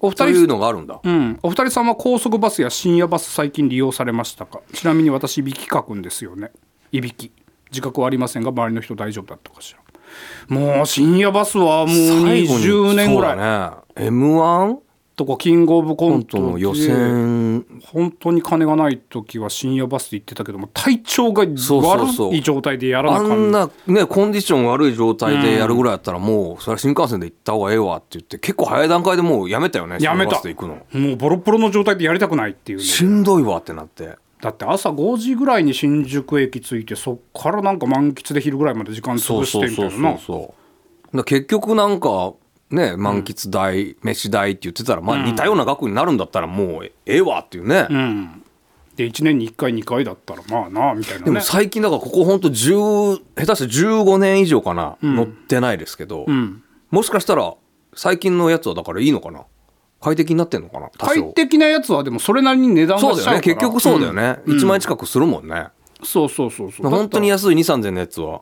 C: お二
D: そ
C: 人
D: ういうのがあるんだ
C: うん、お二人さんは高速バスや深夜バス最近利用されましたかちなみに私いびきかくんですよねいびき自覚はありませんが周りの人大丈夫だったかしらもう深夜バスはもう20年ぐらい
D: い、ね、m 1
C: とかキングオブコ
D: コ
C: ン
D: ント
C: ト
D: の
C: で
D: 予選
C: 本当に金がない時は深夜バスで行ってたけども体調が
D: そうそうそう
C: 悪い状態でやらな
D: あ
C: かった
D: んなねコンディション悪い状態でやるぐらいだったらもうそれは新幹線で行った方がええわって言って結構早い段階でもうやめたよね
C: やめた
D: 新幹線で行くの
C: もうボロボロの状態でやりたくないっていうね
D: しんどいわってなって
C: だって朝5時ぐらいに新宿駅着いてそっからなんか満喫で昼ぐらいまで時間
D: そ
C: 潰
D: う
C: して
D: そう
C: み
D: そ
C: たい
D: うそ
C: な
D: うそうだから結局なんかね満喫代、飯代って言ってたらまあ似たような額になるんだったらもうええわっていうね、
C: うん、で1年に1回2回だったらまあなあみたいな
D: でも
C: ね
D: 最近だからここほんと10下手して15年以上かな、乗ってないですけど、
C: ん
D: もしかしたら最近のやつはだからいいのかな快適になってんのかな多少
C: 快適なやつはでもそれなりに値段が
D: そう
C: し
D: だ
C: ちゃ
D: よ
C: う
D: ね
C: から
D: 結局そうだよね、1万円近くするもんね
C: そうそうそうそう
D: 本当に
C: だっ
D: 安い2 3千のやつは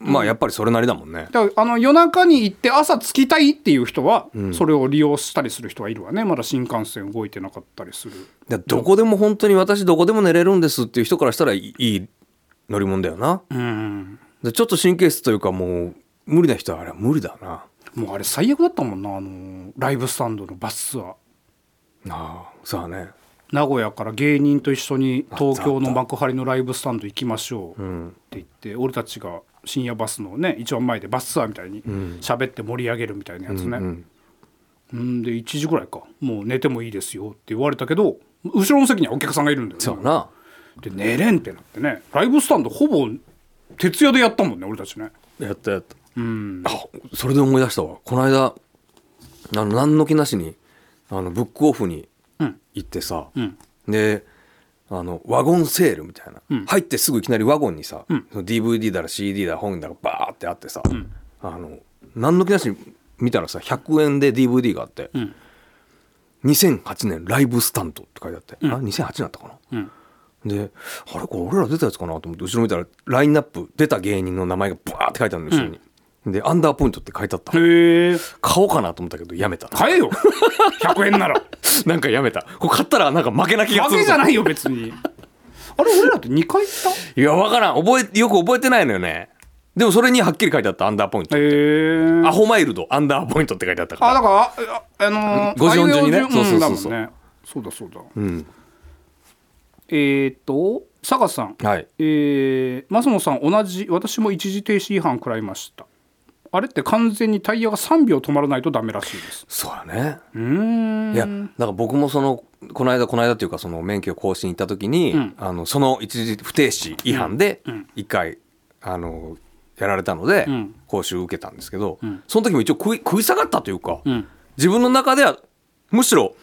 D: まあやっぱりそれなりだもんね、
C: たらだからあの夜中に行って朝着きたいっていう人はそれを利用したりする人はいるわねまだ新幹線動いてなかったりする
D: だからどこでも本当に私どこでも寝れるんですっていう人からしたらいいいい乗り物だよな、
C: うん
D: でちょっと神経質というかもう無理な人はあれは無理だな
C: もうあれ最悪だったもんなあのライブスタンドのバスツアー
D: ああさあね
C: 名古屋から芸人と一緒に東京の幕張のライブスタンド行きましょうって言って、俺たちが深夜バスのね一番前でバスツアーみたいに喋って盛り上げるみたいなやつね、うんで1時ぐらいかもう寝てもいいですよって言われたけど後ろの席にはお客さんがいるんだ
D: そ
C: よ
D: う
C: ね
D: な
C: で寝れんってなってねライブスタンドほぼ徹夜でやったもんね俺たちね
D: やったやったあそれで思い出したわこの間あの何の気なしにあのブックオフに
C: うん
D: 行ってさ、
C: うん
D: であのワゴンセールみたいな、入ってすぐいきなりワゴンにさ、その DVD だら CD だら本だらバーってあってさ、あの何の気なしに見たらさ100円で DVD があって、
C: ん
D: 2008年ライブスタンドって書いてあって、あ2008年だったかな、
C: うん
D: であれこれ俺ら出たやつかなと思って後ろ見たらラインナップ出た芸人の名前がバーって書いてあるの後ろに、でアンダーポイントって書いてあった
C: へえ
D: 買おうかなと思ったけどやめた
C: 買え よ100円なら
D: なんかやめたこれ買ったらなんか負けな気が
C: 負
D: する
C: け
D: ぞ
C: じゃないよ別にあれ俺らって2回行っ
D: いやわからん覚えよく覚えてないのよねでもそれにはっきり書いてあったアンダーポイン
C: た
D: ト、
C: へえ
D: アホマイルドアンダーポイントって書いてあったか
C: あ
D: ら
C: だからああのー、
D: 5時42ね
C: あいう
D: そ
C: 順
D: うそうそうそう
C: んだもんねそうだそうだ、えーっと佐賀さん、
D: はい
C: えー、マスモさん同じ私も一時停止違反食らいましたあれって完全にタイヤが3秒止まらないとダメらしいです
D: そうやね
C: うーん
D: いやだから僕もそのこの間この間っていうかその免許更新行った時に、あのその一時不停止違反で一回、あのやられたので、
C: ん
D: 講習受けたんですけど、
C: ん
D: その時も一応食い食い下がったというか、
C: うん
D: 自分の中ではむしろ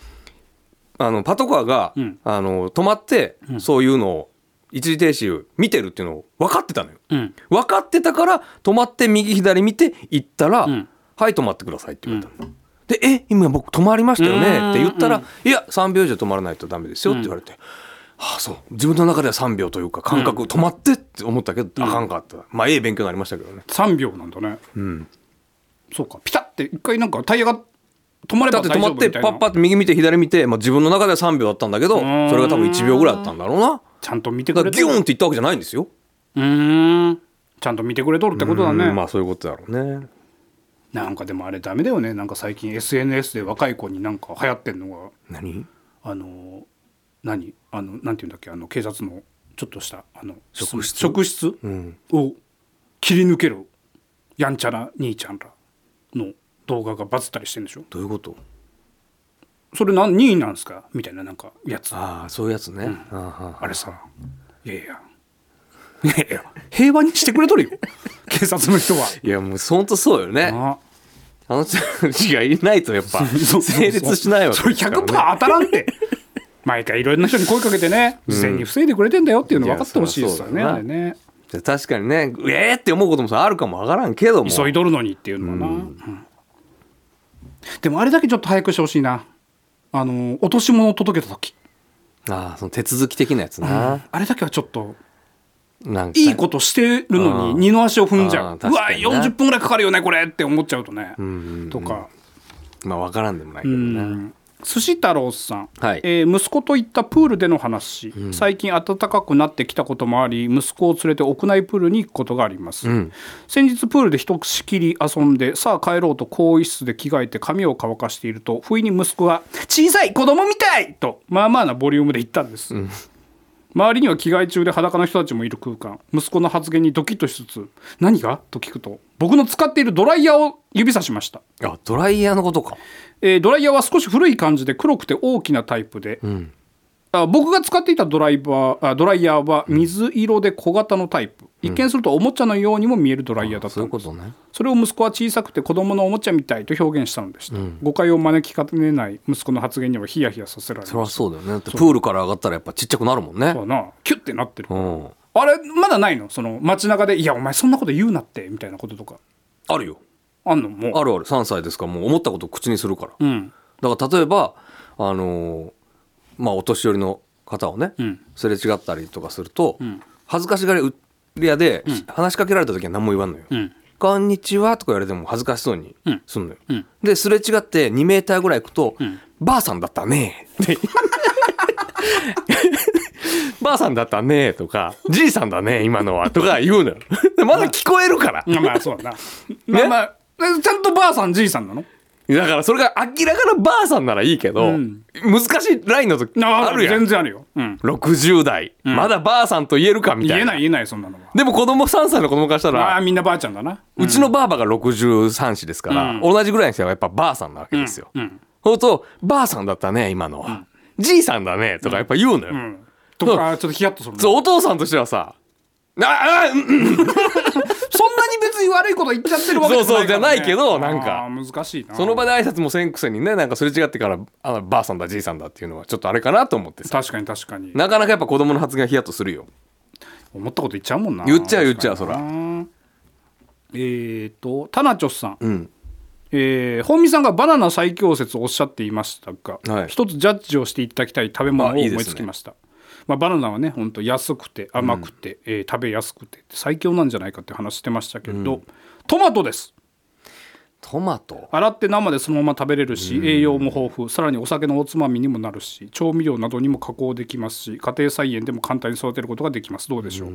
D: あのパトカーが、
C: うん
D: あの止まって、そういうのを一時停止見てるっていうのを分かってたのよ。
C: うん
D: 分かってたから止まって右左見て行ったら「
C: ん
D: はい止まってください」って言われたの。で「え今僕止まりましたよね」って言ったら「いや3秒以上止まらないとダメですよ」って言われて「はあそう自分の中では3秒というか感覚止まって」って思ったけど、あかんかったまあええ勉強になりましたけどね。
C: 3秒なんだね
D: うん、
C: そうかピタって一回なんかタイヤが止まれ
D: だ
C: ば
D: って
C: 大丈
D: 止ま
C: 夫
D: っ
C: み
D: て
C: たい
D: パッ
C: な
D: パって右見て左見て、まあ、自分の中では3秒だったんだけどそ
C: ん
D: れが多分1秒ぐらいだったんだろうな。
C: ちゃんと見て
D: だ
C: く
D: か
C: れと
D: らギューンっていったわけじゃないんですよ。
C: うーんちゃんと見てくれとるってことだね、
D: うんまあそういうことだろうね。
C: なんかでもあれダメだよねなんか最近 SNS で若い子になんか流行ってんの
D: 何
C: があの何あのなんていうんだっけあの警察のちょっとしたあの
D: 職質
C: 職質
D: うん
C: を切り抜けるやんちゃな兄ちゃんらの動画がバズったりしてんでしょ
D: どういうこと
C: それ何任意なんですかみたいななんかやつあ
D: ああそういうやつね。あーはーはー
C: れさいやいやいやいや平和にしてくれとるよ警察の人はい
D: やもう本当そうよね。
C: あ
D: あの人たちがいないとやっぱ
C: そうそうそう
D: 成立しないわけ
C: それ
D: ですから、
C: 100%
D: ね。
C: 当たらん って毎回いろんな人に声かけてね事前に防いでくれてんだよっていうの分かってほしいですよ
D: い
C: ね
D: やそ
C: あれ
D: りゃそう
C: ね
D: じゃあ確かにねうえーって思うこともさあるかもわからんけども。
C: 急いどるのにっていうのはな、うんでもあれだけちょっと早くしてほしいなあの落とし物を届けた時、
D: ああその手続き的なやつな。
C: あれだけはちょっと
D: なんか
C: いいことしてるの
D: う
C: に
D: ん
C: 二の足を踏んじゃ
D: あー
C: うう
D: 確
C: わ
D: かにね
C: 40分ぐらいかかるよねこれって思っちゃうとね、
D: うん
C: とか、
D: まあわからんでもないけど
C: う
D: ね。
C: ん寿司太郎さん、
D: はい
C: えー息子と行ったプールでの話、最近暖かくなってきたこともあり息子を連れて屋内プールに行くことがあります、
D: ん
C: 先日プールでひとしきり遊んでさあ帰ろうと更衣室で着替えて髪を乾かしていると不意に息子が「小さい子供みたい!」とまあまあなボリュームで言ったんです、周りには着替え中で裸の人たちもいる空間息子の発言にドキッとしつつ「何が?」と聞くと僕の使っているドライヤーを指さしました
D: あドライヤーのことか。
C: えードライヤーは少し古い感じで黒くて大きなタイプで、
D: ん
C: あ僕が使っていたドライバーあドライヤーは水色で小型のタイプ、一見するとおもちゃのようにも見えるドライヤーだった
D: そ
C: ん
D: うい
C: で
D: う
C: す
D: ことね。
C: それを息子は小さくて子供のおもちゃみたいと表現したのでした、誤解を招きかねない息子の発言にはヒヤヒヤさせられ
D: それ
C: ま
D: は
C: し
D: そうだよね。だってプールから上がったらやっぱちっちゃくなるもんね
C: た。なキュッてなってる、
D: うん。
C: あれまだないのその街中で「いやお前そんなこと言うなって」みたいなこととか
D: あるよ。
C: あんのもう
D: あるある3歳ですからもう思ったことを口にするから。
C: うん
D: だから例えばあのーまあお年寄りの方をね、
C: ん
D: すれ違ったりとかすると、恥ずかしがり屋で、話しかけられた時は何も言わんのよ。
C: うん
D: こんにちはとか言われても恥ずかしそうに
C: うん
D: すんのよ。
C: うん
D: ですれ違って2メーターぐらい行くと、
C: ん
D: ばあさんだったねって ばあさんだったねとか、じいさんだね今のはとか言うのよ。 まだ聞こえるから。
C: まあまあそう だなまあまあえちゃんとばあさんじいさんなの
D: だからそれが明らかなばあさんならいいけど、
C: うん
D: 難しいラインの時
C: あ
D: あるやん
C: 全。然あるよ、うん、
D: 60代、まだばあさんと言えるかみた
C: 言
D: い
C: え
D: な
C: ない言えないそんなのは
D: でも子供3歳の子供からした
C: まあ
D: ら、
C: みんなばあちゃんだな
D: うちのばあばが63歳ですから、
C: うん
D: 同じぐらいの人はやっぱばあさんなわけですよ、
C: うん
D: そうすると「ばあさんだったね今のは、じいさんだね」とかやっぱ言うのよ、
C: うんとかちょっとヒヤッとする
D: そう
C: そ
D: お父さんとしてはさ「ああうんうん
C: んなに別に悪いこと言っちゃってるわけ
D: そうそ
C: か
D: う
C: らね
D: じゃないけどなんか
C: あー難しいな
D: その場で挨拶もせんくせにねなんかすれ違ってからあばあさんだじいさんだ」っていうのはちょっとあれかなと思ってさ
C: 確かに確かに
D: なかなかやっぱ子供の発言はヒヤッとするよ
C: 思ったこと言っちゃうもんな
D: 言っちゃう言っちゃう
C: 確かになえーとタナチョスさん
D: うん
C: えー本見さんがバナナ最強説をおっしゃっていましたが、
D: はい
C: 一つジャッジをしていただきたい食べ物を
D: あいいですね
C: 思いつきましたまあ、バナナはね本当安くて甘くて、えー食べやすくて最強なんじゃないかって話してましたけど、トマトです
D: トマト
C: 洗って生でそのまま食べれるし、栄養も豊富さらにお酒のおつまみにもなるし調味料などにも加工できますし家庭菜園でも簡単に育てることができますどうでしょう、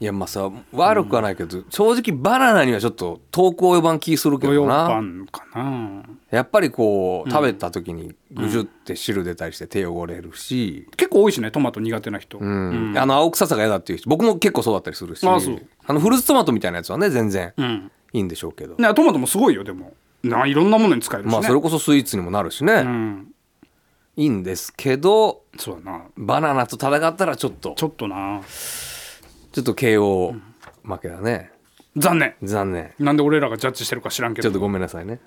D: いやまあさ悪くはないけど、正直バナナにはちょっと遠く及ばん気するけ
C: ご用
D: どな
C: ンかな
D: やっぱりこう食べた時にぐじゅって汁出たりして手汚れるし、
C: 結構多いしねトマト苦手な人、
D: うんあの青臭さが嫌だっていう人僕も結構そうだったりするし
C: あそう
D: あのフルーツトマトみたいなやつはね全然
C: うん
D: いいんでしょうけど、
C: ね、トマトもすごいよでもないろんなものに使えるしね、
D: まあそれこそスイーツにもなるしね、
C: うん
D: いいんですけど
C: そうだな
D: バナナと戦ったらちょっと
C: ちょっとな
D: ちょっと KO 負けだね、
C: 残念
D: 残念
C: なんで俺らがジャッジしてるか知らんけ
D: ちょ
C: ど
D: っとごめんなさいね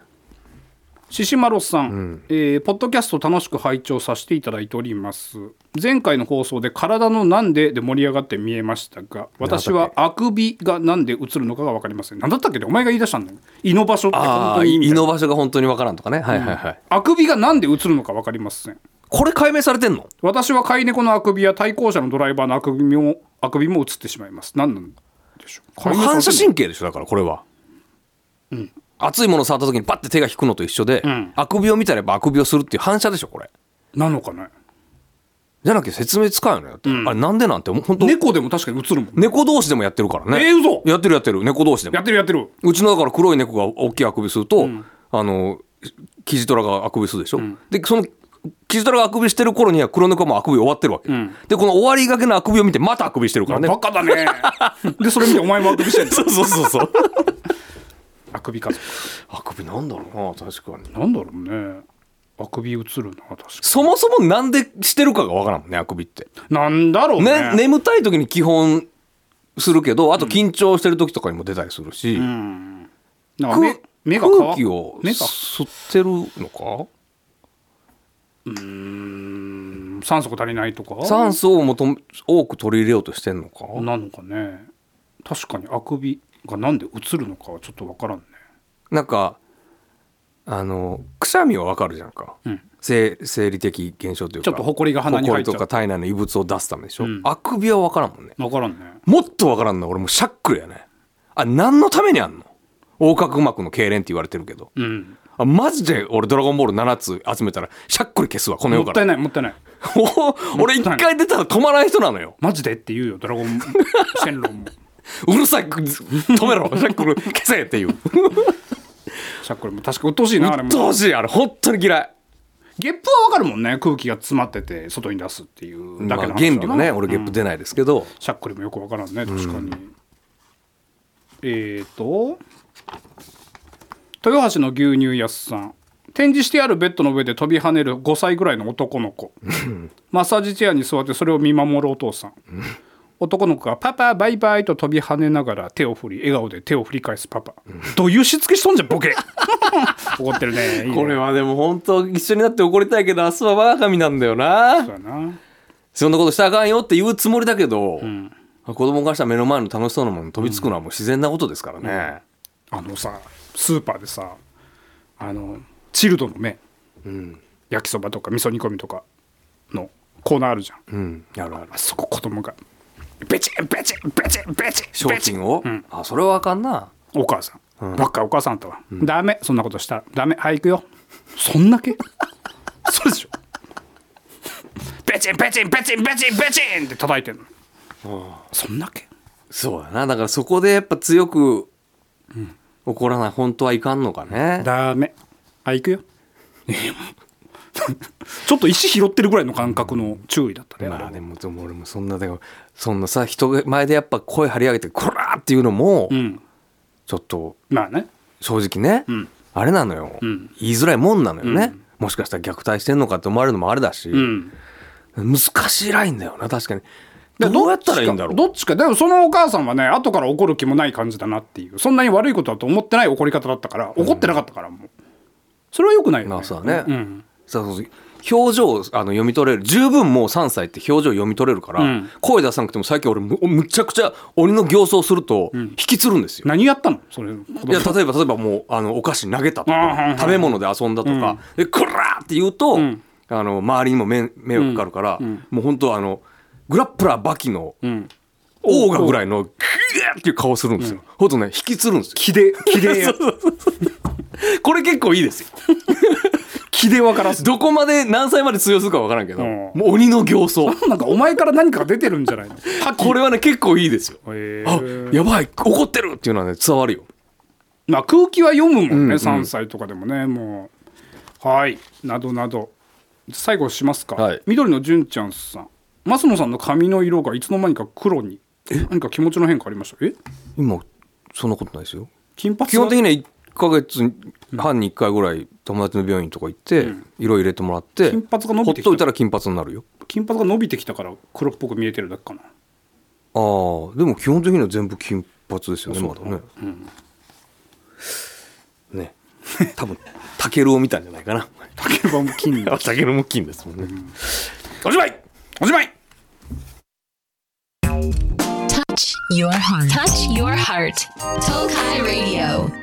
C: 獅子丸さん、えーポッドキャスト楽しく拝聴させていただいております前回の放送で「体のなんで?」で盛り上がって見えましたが私はあくびがなんで映るのかが分かりません何だったっけってお前が言い出したんだよ胃の場所って本
D: あ
C: 当
D: あ
C: にいいみた
D: 胃
C: いな
D: の場所が本当にわからんとかねはいはいはい、
C: あくびがなんで映るのか分かりません
D: これ解明されてんの
C: 私は飼い猫のあくびや対向車のドライバーのあくびもあくびも映ってしまいます何なんでしょう
D: これ反射神経でしょだからこれは、熱いものを触った時にパッて手が引くのと一緒で、
C: ん
D: あくびを見たらやっぱあくびをするっていう反射でしょこれ
C: なのかね
D: じゃなきゃ説明つかんよねだって、あれなんでなんて本当
C: 猫でも確かに映るもんね
D: 猫同士でもやってるからね
C: えー嘘
D: やってるやってる猫同士で
C: や
D: も
C: ってるやってる
D: うちのだから黒い猫が大きいあくびすると、あのキジトラがあくびするでしょ、でそのキジトラがあくびしてる頃には黒猫もあくび終わってるわけ、でこの終わりがけのあくびを見てまたあくびしてるからね
C: バカだ ねでそれ見てお前もあくびしてんの
D: そうそうそうそう
C: あくびか
D: あくびなんだろうな確かに
C: なんだろうねあくび映るな確か
D: そもそもなんでしてるかがわからんもんねあくびって、
C: になんだろうね
D: ね眠たい時に基本するけどあと緊張してる時とかにも出たりするし、
C: なんか
D: 空
C: 目目が乾
D: 空
C: く
D: 気を
C: 目が
D: 吸ってるの
C: うん酸素が足りないとか
D: か酸素をもとも多く取り入れようとしてんのか
C: なのかね確かにあくびがなんで映るのかはちょっとわからんね
D: なんかあのくしゃみはわかるじゃんか、
C: ん
D: 生生理的現象というか
C: ちょっと埃が鼻に入っちゃう
D: 埃とか体内の異物を出すためでしょ、
C: ん
D: あくびはわからんもんね
C: わからんね
D: もっとわからんの俺もうしゃっくりやねあ何のためにあんの横隔膜の痙攣って言われてるけど、
C: うん
D: あマジで俺ドラゴンボール7つ集めたらしゃっくり消すわこの
C: も
D: 世
C: っ
D: か
C: たい
D: ら
C: ないもったいない
D: 俺一回出たら止まない人なのよ
C: マジでって言うよドラ ゴン線路も
D: うるさい止めろしゃっくり消せっていうう
C: さこれも確か鬱陶しいなあれ
D: っ
C: も
D: とうしいあれ本当に嫌い
C: ゲップはわかるもんね空気が詰まってて外に出すっていうだ
D: まあ
C: けの話だな
D: 原理はね俺ゲップ出ないですけど、
C: しゃっくりもよくわからんね確かに、えーと豊橋の牛乳屋さん展示してあるベッドの上で飛び跳ねる5歳ぐらいの男の子マッサージチェアに座ってそれを見守るお父さん男の子が「パパバイバイ」と飛び跳ねながら手を振り笑顔で手を振り返すパパどういうしつけしとんじゃんボケ 怒ってるねいいね
D: これはでも本当一緒になって怒りたいけど明日は我が身なんだよ
C: そ
D: な
C: うだな
D: そんなことしたらあかんよって言うつもりだけど、子供からしたら目の前の楽しそうなものに飛びつくのはもう自然なことですからね、
C: あのさスーパーでさあのチルドの目、焼きそばとか味噌煮込みとかのコーナーあるじゃん、
D: うんあるある
C: あそこ子供がベチンベチンベチンベチン
D: 商
C: ベチン
D: 品を、あそれはあかんな
C: お母さん、ばっかお母さんとは、ダメそんなことしたらダメはい行くよそんだけ そうでしょベチンベチンベチンベチンベチンって叩いてんの、そんだけ
D: そうだなだからそこでやっぱ強く怒らない本当はいかんのかね
C: ダメあ行くよ ちょっと石拾ってるぐらいの感覚の注意だったね、
D: まあでもでも俺もそんなでもそんなさ人前でやっぱ声張り上げて「こら!」っていうのも、
C: ん
D: ちょっと
C: まあね
D: 正直ね、あれなのよ、言いづらいもんなのよね、もしかしたら虐待してんのかって思われるのもあれだし、
C: うん
D: 難しいラインだよな確かにどうやったらいいんだろう
C: どっちかでもそのお母さんはね後から怒る気もない感じだなっていうそんなに悪いことだと思ってない怒り方だったから怒ってなかったからもうそれはよくないよね、
D: まあそうだね、
C: うん
D: そうそうそう表情をあの読み取れる十分もう3歳って表情読み取れるから、
C: ん
D: 声出さなくても最近俺むむちゃくちゃ鬼の形相すると引きつるんですよ、
C: 何やったのそ れ子供
D: いや例えば例えばもうあのお菓子投げたと
C: あーはいは
D: か
C: い
D: 食べ物で遊んだとか「でこら!」って言うと、あの周りにも目迷惑かかるから、もう本当あのグラップラーバキの、オーガぐらいのグーっていう顔するんですよ、ほんとね引きつるんですよ
C: 気で気 で
D: これ結構いい ですよ
C: 気で分からす
D: どこまで何歳まで通用するか分からんけど、
C: うん
D: もう鬼の形相
C: なんかお前から何かが出てるんじゃないの
D: これはね結構いいですよ
C: へ
D: あ
C: ー
D: やばい怒ってるっていうのはね伝わるよ
C: まあ空気は読むもんね、3歳とかでもねもうはいなどなど最後しますか、
D: はい
C: 緑の純ちゃんさん増野さんの髪の色がいつの間にか黒に何か気持ちの変化ありましたえ
D: 今そんなことないですよ
C: 金髪
D: 基本的には1ヶ月半に1回ぐらい友達の病院とか行って、色入れてもらって
C: 金髪が伸びてきた
D: ほっといたら金髪になるよ
C: 金 髪が伸びてきたから黒っぽく見えてるだけかな
D: ああでも基本的には全部金発ですよね
C: そ
D: ま
C: う
D: だ
C: だ
D: ね。ね多分タケルを見たんじゃないかな。
C: 竹馬も金だ
D: あ タケルも金ですもんね。おしまい
C: おしまい
B: Touch your heart. Touch your heart. Tokai Radio.